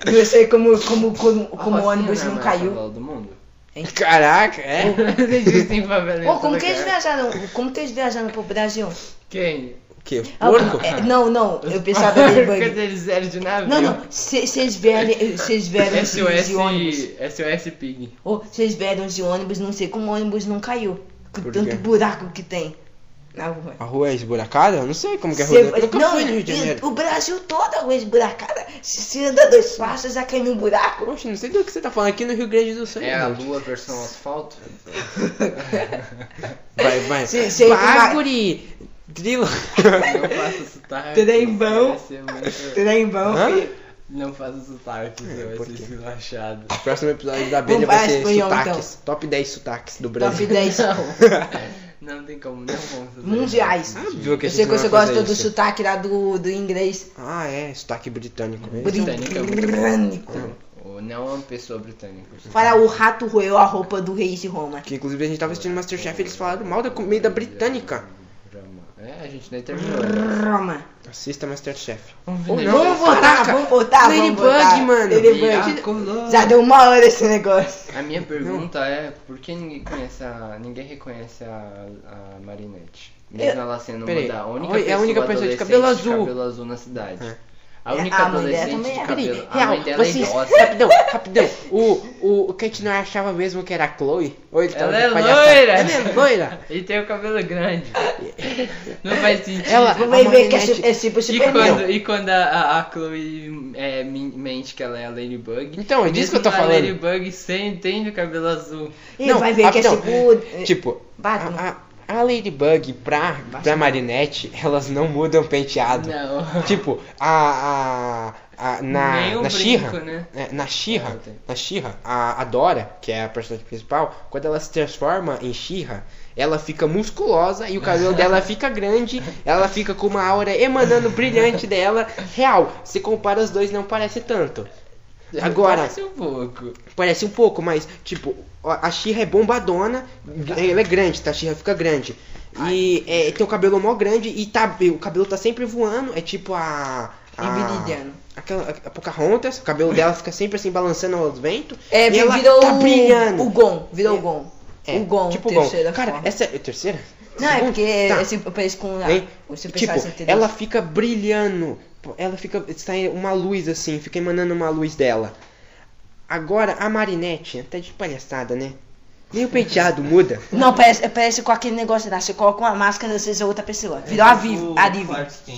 Não sei como, como, como,
A
como o
Rocinha
ônibus
é a
não
maior
caiu.
favela do mundo.
Caraca, é.
Existem favela em
Ô,
todo
como que eles
lugar.
viajaram? Como que eles viajaram pro Brasil?
Quem?
O quê?
Ah,
Porco?
é, não, não, eu pensava em
Porque
bug.
eles eram de navio.
Não, não, vocês vieram, vocês vieram de, de ônibus.
SOS, SOS Pig.
Ô, Vocês vieram de ônibus, não sei como o ônibus não caiu. Com
Por
tanto
quê?
buraco que tem na rua.
A rua é esburacada? Eu não sei como que é a rua.
Cê-
Eu nunca
não,
fui no Rio de
e-
Janeiro.
O Brasil todo é uma esburacada. Se você anda dois passos, já cai num buraco.
Poxa, não sei do que você tá falando aqui no Rio Grande do Sul.
É a
gente.
lua versão asfalto?
Vai, vai.
Se- se-
Vai, guri. Drilo.
Não faça sotaque.
Trembão.
Vai ser muito-
Trem bom,
Hã?
filho.
Não faça sotaque, você vai
por
ser
quê?
esculachado.
O próximo episódio da abelha
Vamos
vai
pra
ser
espanhol, então.
sotaques. Top 10 sotaques do
Top
Brasil.
10
Não tem como, não vamos fazer.
mundiais.
Ah, viu que a
Eu sei
gente
que
não
você
vai fazer
gosta do
isso.
sotaque lá do, do inglês.
Ah, é. Sotaque britânico. mesmo.
Britânico é muito bom.
Britânico.
Ou não é uma pessoa britânica.
Para o rato roeu a roupa do rei de Roma.
Que inclusive a gente tava assistindo Masterchef e eles falaram mal da comida britânica.
É, a gente nem terminou. né?
Roma.
Assista Masterchef.
Ou
Vamos voltar,
Caraca,
vamos voltar, Tá, vamos
Ladybug,
voltar.
mano.
Ladybug. Já deu uma hora esse negócio.
A minha pergunta é, por que ninguém conhece a. ninguém reconhece a, a Marinette? Mesmo
Eu-
ela sendo uma
Peraí.
da a única
Oi, é a
pessoa,
única pessoa de cabelo
adolescente
azul.
cabelo azul na cidade.
É.
A única
A mãe dela
adolescente
também
de
é.
cabelo.
Peraí,
A mãe
real,
dela é
vocês...
idosa.
Rapidão, rapidão. O, o, o Kate não achava mesmo que era a Chloe? Ou ele tava
Ela
de
é
palhaçada?
loira.
Ela é loira!
Ele tem o cabelo grande. Não faz sentido.
Ela-
Vai
A
ver que é,
Marinette.
su- é tipo
E
Superman.
quando, e quando a, a, a Chloe é, min- mente que ela é a Ladybug.
Então, é disso que eu tô
mesmo
falando.
A Ladybug sem tem o cabelo azul.
E vai ver que é tá.
rapidão.
tipo.
Tipo,
Batman.
a- a- a Ladybug pra, pra Marinette, elas não mudam o penteado.
Não.
Tipo, a. a, a na
Nem o
na Xirra. é,
brinco, né?
Na Xirra.
Ah, tem.
Na Xirra, a, a Dora, que é a personagem principal, quando ela se transforma em Xirra, ela fica musculosa e o cabelo dela fica grande, ela fica com uma aura emanando brilhante dela. Real, se compara os dois, não parece tanto. Agora,
Parece um pouco.
Parece um pouco, mas, tipo, ó, a Xirra é bombadona, ela é grande, tá? A Xirra fica grande. E é, tem o cabelo mó grande e tá, o cabelo tá sempre voando, é tipo a. a
E brilhando.
Aquela, a Pocahontas, o cabelo dela fica sempre assim balançando ao vento.
É,
e ela
virou
tá
o-
brilhando.
o Gon, virou
É,
o Gon.
É,
o Gon,
tipo o
terceira
Cara,
forma.
essa é terceira?
Não, é
Segunda?
porque é
Tá.
se eu penso com a,
Hein?
se eu
Tipo,
pensasse em ter
ela fica brilhando. Pô, Ela fica. Sai uma luz assim, fica emanando uma luz dela. Agora, a Marinette, tá de palhaçada, né? Nem o penteado muda.
Não, parece, parece com aquele negócio lá. Você coloca uma máscara, você é outra pessoa. Virou a Viv. A Viv.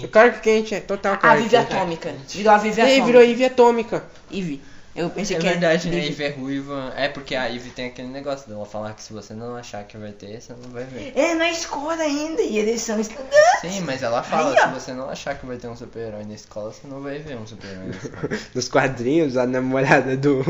O Clark Kent é total
A
Clark
Viv
Kent.
atômica. Virou a Viv
E aí,
atômica.
virou Ivy atômica.
Ivy. Eu pensei
É
que era
verdade, né?
Ivy.
Ivy é ruiva. É porque a Ivy tem aquele negócio dela falar que se você não achar que vai ter, você não vai ver.
É, na escola ainda. E eles são estudantes.
Sim, mas ela fala,
Aí, ó.
se você não achar que vai ter um super-herói na escola, você não vai ver um super-herói na escola.
Nos quadrinhos, a namorada do,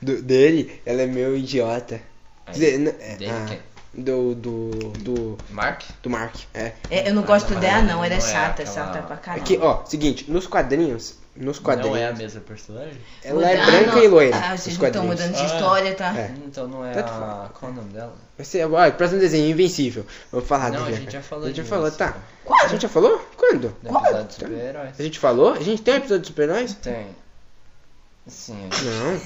do- dele, ela é meio idiota. Quer dizer, n- é,
Dele
ah,
quem?
do, do, do,
Mark?
do Mark. É.
É, eu não gosto
mas
dela, não.
não
Ela é
é
chata.
aquela-
Chata pra caramba.
Aqui, ó, seguinte, nos quadrinhos. Nos quadrinhos.
Não é a mesma personagem?
Ela é
Ah,
branca
não.
e loira.
Ah,
nos
vocês não estão
quadrinhos.
mudando essa
Ah.
história, tá?
É.
Então não é
Tanto
a... Qual o nome dela?
Vai ser, ó, próximo desenho, Invencível. Vamos falar
Não,
do
a
Jeff.
gente já falou
A gente já
de
falou,
Invencível.
tá. A gente já falou? Quando?
No episódio de super-heróis.
A gente falou? A gente tem um episódio de super-heróis?
Tem. Sim.
Não.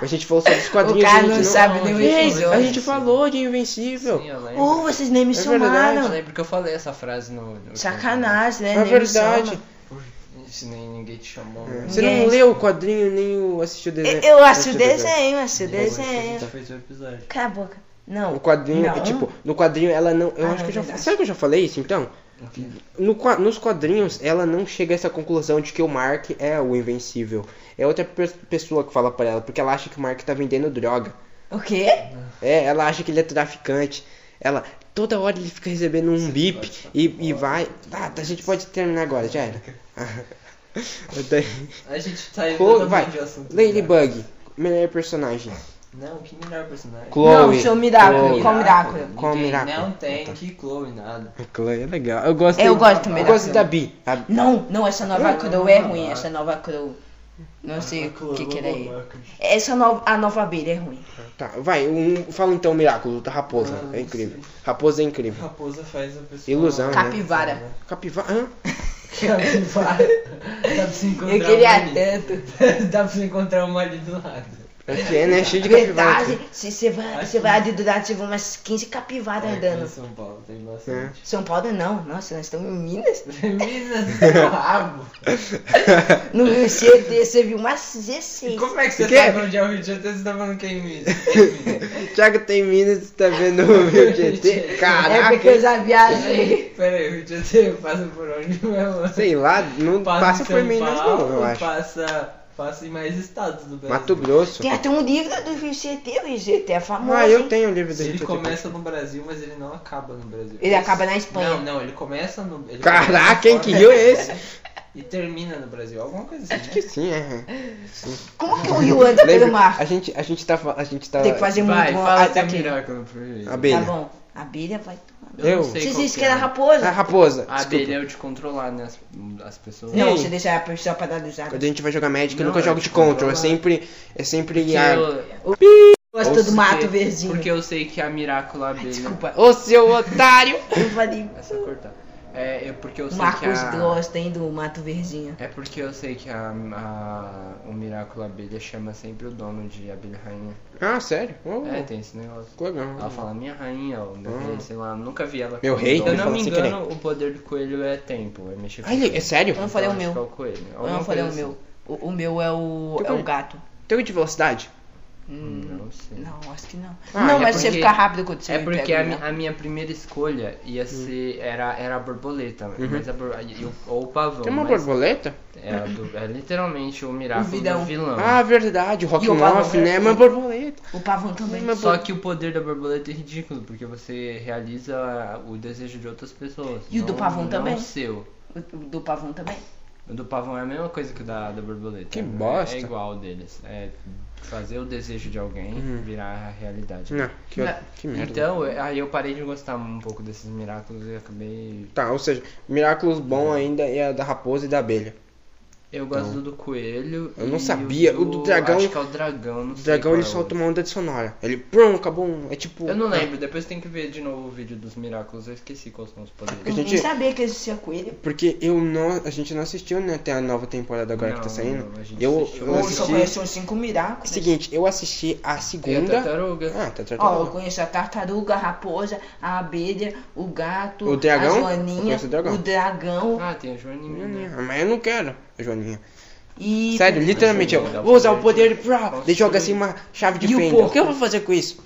A gente falou sobre os quadrinhos.
O
a
cara
gente
não sabe nem
não,
o
gente,
Gente, a
episódio.
gente falou de Invencível.
Sim, é. eu lembro.
Oh, vocês nem me
É
Eu
chamaram.
lembro que eu falei essa frase no... no
Sacanagem, né?
É
Nem me
verdade.
chama.
Se nem ninguém te chamou.
É,
né?
Você não
Ninguém-
leu o quadrinho nem o- assistiu o desenho.
Eu, eu acho o
Assistiu
desenho, acho o
Depois que a gente
desenho.
fez o episódio.
Cala a boca.
O
Não.
quadrinho,
Não.
é, tipo, no quadrinho ela não. Eu
Ah,
acho que
é
eu já.
verdade.
Será que eu já falei isso então? No qua- nos quadrinhos, ela não chega a essa conclusão de que o Mark é o invencível. É outra pe- pessoa que fala pra ela, porque ela acha que o Mark tá vendendo droga.
O quê?
É, ela acha que ele é traficante. Ela. Toda hora ele fica recebendo um bip e, e vai. Tá, a gente pode terminar agora, já era. Eu tenho-
A gente tá indo
Chloe,
totalmente
vai.
de assunto. né?
Ladybug, melhor personagem.
Não, que melhor personagem.
Chloe.
Não, seu Miráculo,
Chloe.
qual Miráculo?
Qual
Ninguém-
Miráculo?
Não tem que Chloe nada.
A Chloe é legal. Eu gosto
Eu gosto também
Eu
da
gosto
Chloe.
da Bi. A-
Não, não, essa nova
Não,
Crow é
não,
ruim,
não.
essa nova Crow. Não sei o que que era aí.
Marcos.
Essa nova, a nova abelha é ruim.
Tá, vai, um, fala então o Miraculo da Raposa.
Ah,
é
não
incrível.
sei.
Raposa é incrível.
Raposa faz a pessoa.
Ilusão, né?
Capivara.
Capivara. hã?
Capivara. Dá pra você encontrar
Eu queria
um marido.
tanto.
Dá pra você encontrar um marido do lado.
É que é, né? Cheio de capivara.
Verdade, se você vai,
Acho
você vai ali do lado, você vê umas 15 capivaras
É, Aqui em
Tá andando.
São Paulo tem bastante.
São Paulo não, nossa, nós estamos em Minas.
É.
Minas do rabo.
No Rio CD você viu umas 16.
Como é que você
Que?
sabe onde é o Rio de Janeiro? Você tá falando que é em Minas.
Thiago tem Minas, tá vendo o meu GT?
É
Caraca.
porque eu já viajei.
Pera aí, o Rio de Janeiro passa por onde mesmo?
Sei lá, não passa,
em
por
São
Minas
Paulo,
não, eu acho.
Passa, passa em mais estados do Brasil.
Mato Grosso.
Tem até um livro do Rio CT, o Rio CT é famoso.
Ah, eu
hein?
tenho o livro do
Ele
GT.
começa no Brasil, mas ele não acaba no Brasil.
Ele acaba na Espanha.
Não, não, ele começa no. Ele
Caraca, hein?
começa
Que
fora
rio é esse?
E termina no Brasil, alguma coisa assim.
Acho
né?
que sim, é.
Como que o Rio anda pelo mar?
A gente, a gente tá. fa- A gente tá.
Tem que fazer
Vai,
muito bom
fala é seu
daquele.
miraculo preferido.
Tá
Abelha.
bom, a abelha vai tomar.
Eu?
não sei
Você
qual
disse que
é.
era raposa.
Ah, raposa.
A
desculpa.
abelha é o de controlar, né? As, as pessoas.
Não,
Não,
Ei.
você deixa a pessoa paralisada.
Quando a gente vai jogar Magic, eu
Não,
nunca
eu
jogo
te
de control. É
controlo.
sempre. É sempre.
Porque
a-
eu-
Eu gosto do mato
porque-
verdinho.
Porque eu sei que a Miracula abelha.
Desculpa,
Ô seu otário!
eu falei.
Essa cortar. É, é porque eu
O
sei
Marcos
que a...
gosta, hein, do mato verdinho.
É porque eu sei que a, a- o Miraculo Abelha chama sempre o dono de Abelha Rainha.
Ah, sério? Oh,
É, tem esse negócio.
que legal.
Ela fala minha rainha, ou meu rei, sei lá, nunca vi ela.
Hum. Meu rei?
Se eu
Ele
não
fala
me
sem querer.
engano, o poder do coelho é tempo, é mexer com
Ah, ele- é sério?
Eu não falei o meu.
É assim. o coelho.
Eu não falei o meu. O, o meu é o,
Tudo
é o
bem.
gato.
Tem o de velocidade?
Hum,
Não, Não sei.
Não, acho que não.
Ah,
não,
é
mas você
porque-
fica rápido quando você
É
me
porque
pega,
a,
né?
mi- a minha primeira escolha ia
Hum.
ser. Era, era a borboleta, mas a bor- e o- ou o pavão.
Uhum. Tem uma
mas
borboleta?
É, a do- é literalmente o Miracle
O
do
vilão.
vilão.
Ah, verdade, o Rock
E o
Off,
Pavão
né?
Reto.
Uma borboleta.
O pavão também.
Mas-
Só que o poder da borboleta é ridículo, porque você realiza o desejo de outras pessoas.
E o do
não-
pavão
não
também.
O seu.
O o do pavão também.
O do pavão é a mesma coisa que o da, da borboleta.
Que
É-
bosta.
É igual o deles. É fazer o desejo de alguém virar a realidade.
Hum. Não, que,
Não.
que merda.
Então, eu- aí eu parei de gostar um pouco desses miraculos e acabei.
Tá, ou seja, Miraculous bom ainda é a da raposa e da abelha.
Eu gosto do do coelho.
Então, Eu não
e
sabia. O do dragão-
Acho que é o dragão, não
O
sei
dragão
qual
ele
é o
solta
outro.
uma onda de sonora. Ele prum, acabou. É tipo.
Eu não lembro, depois tem que ver de novo o vídeo dos miraculos. Eu esqueci quais são os
A
Eu
poderes.
gente-
nem sabia que existia coelho.
Porque eu não. A gente não assistiu, né? Até a nova temporada agora que tá
Não,
saindo.
não, a gente
eu,
assistiu.
eu
Ou só
assisti.
conheço uns cinco miraculos.
Seguinte, eu assisti a
Tem a
segunda.
tartaruga.
Ah, tá
Ó, eu
tratando.
conheço a tartaruga, a raposa, a abelha, o gato,
O dragão?
a
Eu
joaninha,
conheço o dragão.
o dragão
Ah, tem a joaninha. né?
Mas eu não quero, Joaninha.
e.
Sério, literalmente,
Mas
eu
eu
vou usar o poder
de-
pra. Ele joga assim uma chave de
E o
fenda. O
porco?
que eu vou fazer com isso?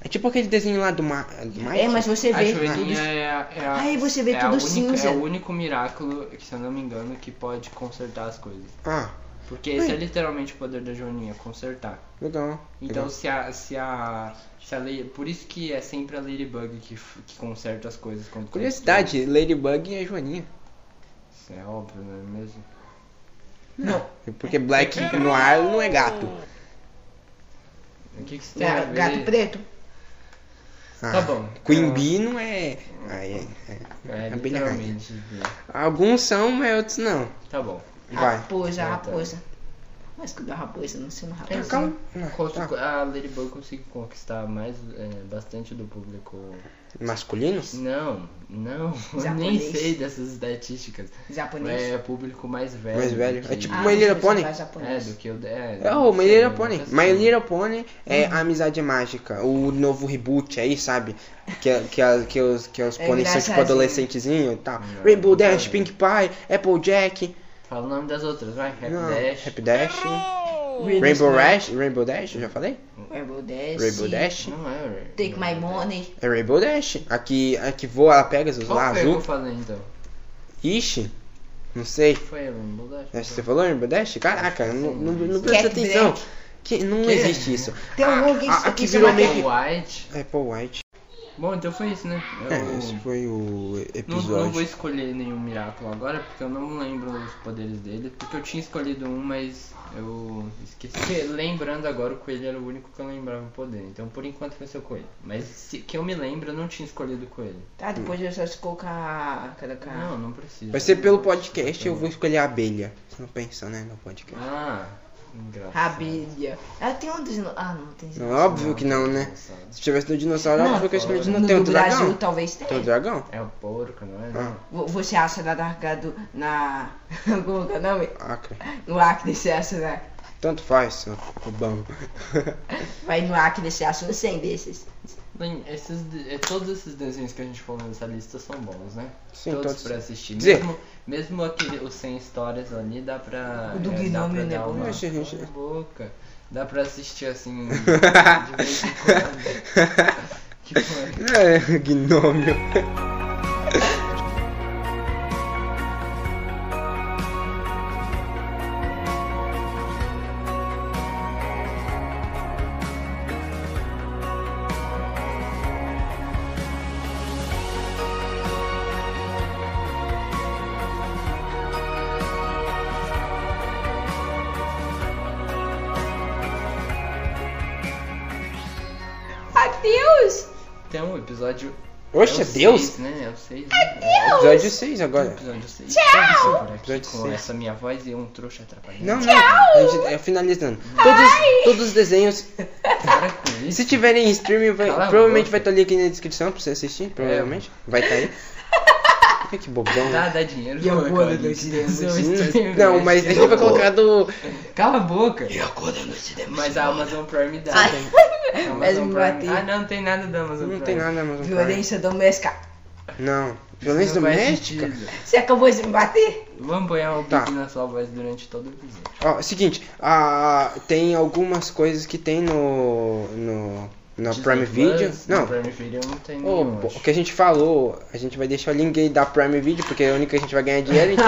É tipo aquele desenho lá do, Ma... do Mike.
É, mas você
A
vê.
joaninha
tudo-
é, a- é a.
Aí você vê
é a
tudo
única-
cinza.
É o único miraculo, que, se eu não me engano, que pode consertar as coisas.
Ah,
Porque esse é literalmente o poder da joaninha, consertar.
legal.
Então se a. se a. se a Lady- Por isso que é sempre a Ladybug que, f- que conserta as coisas quando tem-
Curiosidade, Ladybug é Joaninha.
É óbvio, não é mesmo?
Não,
Porque Black no ar não é gato.
O que, que você tem a
ga-
ver?
gato preto.
Tá bom.
Queen
Ah.
Bee não é. Ah, é, é.
É,
Abelha
literalmente.
Alguns são, mas outros não.
Tá bom.
Vai.
Raposa,
Ah, tá.
raposa. Mas que da raposa, não sei no
É,
raposa.
Calma.
Enquanto
Ah,
tá.
a Ladybug conseguiu conquistar mais, é, bastante do público.
Masculinos?
Não, não, eu nem
Japonês.
sei dessas estatísticas.
Japonês.
É público mais velho.
Mais velho.
do que-
É tipo
Ah,
My Little
você
Pony.
faz
É,
japonês.
do que eu. É,
É
não
o My
sei,
Little
eu
Pony.
nunca
My
sei.
Little Pony é a amizade mágica. O novo reboot aí, sabe? Que, a- que, a- que os, que os
É
pôneis são tipo
engraçadinho.
adolescentezinho e tal.
Não,
Rainbow
não
Dash,
sei.
Pink Pie, Applejack.
Fala o nome das outras, vai. Happy
não,
Dash. Ah, né?
Happy Dash.
É.
Rainbow
Rainbow
Dash.
Dash. Rainbow Dash, eu já falei?
Rainbow Dash.
Rainbow Dash.
Não é.
Take My Money.
É Rainbow Dash. Aqui, aqui voa, ela pega os
Qual
lá
foi que
azul.
eu falei então?
Ixi, não sei.
Foi a Rainbow Dash?
Acho que você falou Rainbow Dash? Caraca, não, não, não presta
Cat
atenção.
Black.
Que, não
Que?
existe isso.
Tem algum que
Ah, a-
isso
aqui
aqui
virou
chama
meio
Cat-
White.
Apple White.
Bom, então foi isso, né? Eu-
É, esse foi o
Não,
episódio.
não vou escolher nenhum Miraculo agora, porque eu não lembro os poderes dele. Porque eu tinha escolhido um, mas eu esqueci. Porque, Lembrando agora, o coelho era o único que eu lembrava o poder. Então, por enquanto, vai ser o coelho. Mas se, que eu me lembro, eu não tinha escolhido o coelho.
Tá, depois eu só colocar. colocar-
Não, não precisa.
Vai ser pelo podcast, eu vou escolher a abelha. Você não pensa, né, no podcast.
Ah, engraçado.
Abelha. Ela tem um desno... Ah, não tem.
Não, óbvio que não, né? Se tivesse no dinossauro,
Não,
óbvio que eu escolhi
fora.
não tem o
no Brasil
dragão.
talvez tenha.
Tem o dragão?
É o porco, não é?
Ah.
Vo- Você acha na Dargado na. Como que é o nome?
Acre.
No Acre você acha na.
Tanto faz, seu bom.
Vai no Acre você acha uns 100 desses.
Bem, esses, de- eh, todos esses desenhos que a gente falou nessa lista são bons, né?
Sim,
todos,
todos.
pra assistir.
Quer dizer-
Mesmo, mesmo aquele, os 100 histórias ali, dá pra.
O do
eh, dá
Gnome,
pra
né?
dar uma-
Oxe, gente.
Cala a boca. Dá pra assistir assim. de vez em quando. Que foi?
é, gnômio.
Adeus!
Então, o episódio.
Oxe,
é
é
o
Deus.
seis, né? É o 6.
Episódio 6 agora.
Episódio 6. Tchau! Por aqui,
Episódio
com
seis.
essa minha voz e um trouxa atrapalhando.
Não, não. A gente, é, finalizando. Todos, todos os desenhos.
Para com isso.
Se tiverem em streaming, vai-
Cala a
provavelmente
boca. É.
vai estar ali aqui na descrição pra você assistir. Provavelmente. Vai estar aí. Ai, que bobão.
Dá, dá dinheiro.
E agora
coloca o
nós
link do
iremos-
seu
Hum,
stream,
Não,
né?
mas a gente vai colocar do.
Cala a boca.
E agora nós iremos.
Mas a Amazon Prime dá.
Mas me
Amazon Prime.
bateu.
Ah, não, não tem nada da Amazon
Não
Prime.
tem nada mais. um
Violência doméstica.
Não, Violência
Não faz
doméstica?
sentido.
Você acabou de me bater?
Vamos apanhar o
Tá.
bico na sua voz durante todo o episódio.
Ó, é seguinte, a, tem algumas coisas que tem no. no na
Disney
Prime
Plus,
Video.
na
Não.
Prime Video não tem
Ô,
nenhum,
bo-
acho.
o que a gente falou, a gente vai deixar o link aí da Prime Video, porque é o único que a gente vai ganhar dinheiro, então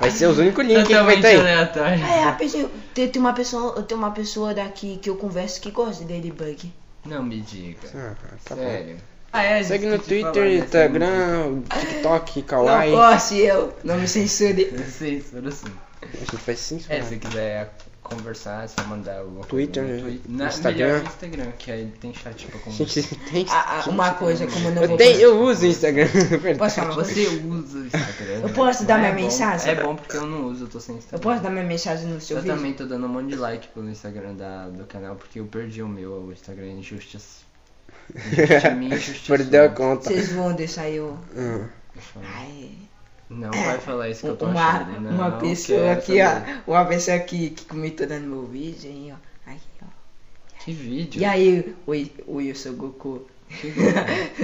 vai ser os únicos links que vai
Totalmente
ter aí.
aleatório.
Ah, é, rapidinho. Tem, tem uma pessoa, tem uma pessoa daqui que eu converso que gosta de Ladybug.
Não me diga.
Ah, tá bom.
Sério. Ah, é,
Segue
isso
no
que eu te falar,
Twitter,
né?
Instagram, TikTok, Kawaii.
Não corte eu, não me censure.
Sim, tudo sim.
A gente faz assim, né? censurar.
É, se quiser conversar, é só mandar alguma
Twitter,
coisa no
né?
Twitter. Na,
Instagram.
Melhor no Instagram, que aí tem chat pra
A
conversar.
gente tem.
Ah, ah, uma coisa, como eu não
Eu,
vou.
tenho, eu uso o Instagram. verdade.
Posso falar uma coisa?
Você usa o Instagram.
Eu
né?
posso dar
Mas
minha
é bom-
mensagem?
É bom porque eu não uso, eu tô sem Instagram.
Eu posso dar minha mensagem no seu
Eu
vídeo?
também tô dando um monte de like pelo Instagram da- do canal, porque eu perdi o meu, o Instagram injustiça. Injustiça minha, injustiça
Perdeu a
sua.
conta.
Vocês vão deixar eu.
Ah.
Ai.
Não vai falar isso que eu tô
uma,
achando. né? Não,
uma pessoa
quero
aqui,
saber.
ó. Uma pessoa aqui que comentou dando meu vídeo, hein, ó. Aí, ó.
Que vídeo.
E aí, oi, oi, eu sou o Goku.
Que vídeo.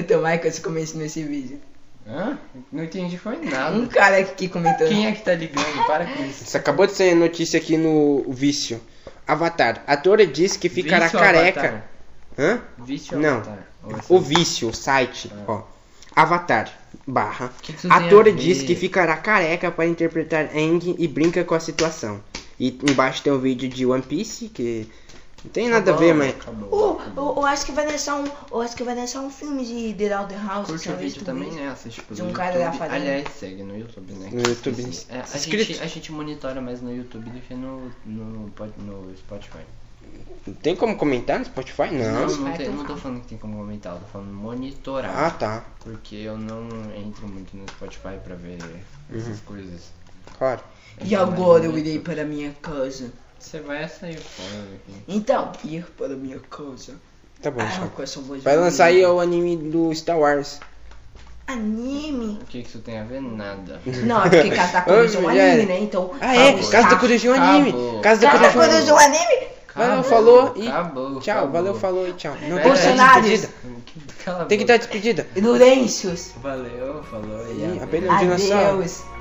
Tomara que eu comente nesse vídeo.
Hã? Não entendi foi
Um
nada.
cara aqui que comentou.
Quem é que tá ligando? Para com isso.
Isso acabou de sair notícia aqui no Vício. Avatar. Atora diz que ficará
Vício
careca.
Avatar.
Hã?
Vício é
Não.
Avatar. Ou assim,
O Vício, o site. Ó. Avatar. Barra.
que isso tem
Atora
a ver?
diz que ficará careca para interpretar Aang e brinca com a situação. E embaixo tem o vídeo de One Piece, que não tem
Tá
nada a ver,
Acabou,
mas.
acabou.
Oh, eu, eu acho que vai lançar um. Eu acho que vai lançar um filme de The Outer House.
Curte o
talvez
vídeo
tu
também,
veja.
né? Assiste pelo
é De um
YouTube.
cara da farinha.
Aliás, segue no YouTube, né?
No
Que,
YouTube,
assim, é, a,
inscrito.
gente, a gente monitora mais no YouTube do que no, no, pod- no Spotify.
Não tem como comentar no Spotify? Não.
não,
Spotify
tem-
tem
não tô falando que tem como comentar, eu tô falando monitorar.
Ah, tá.
Porque eu não entro muito no Spotify pra ver
Uhum.
essas coisas.
Claro.
E agora eu irei para minha casa.
Você vai sair fora aqui.
Então, ir para minha casa.
Tá bom,
Ah,
tchau.
com essa voz
Vai
bonita.
lançar aí o anime do Star Wars.
Anime.
O que que isso tem a ver? Nada.
Não, é porque Casa da Coruja é um
Ah, já
anime,
era.
né? Então.
Uhum. Ah, é?
vamos
Casa
lá.
da Coruja é um anime.
Acabou.
Casa da
Casa da
Coruja é um
Coruja é um anime?
Valeu, falou e
acabou,
Tchau,
acabou. É.
valeu, falou e tchau. Não
Pera
tem que dar
aí.
despedida.
Cala a
Tem que
boca.
dar despedida.
Lourencios.
Valeu, falou e
Ih,
adeus.
apenas- um Dinossauro.
Adeus.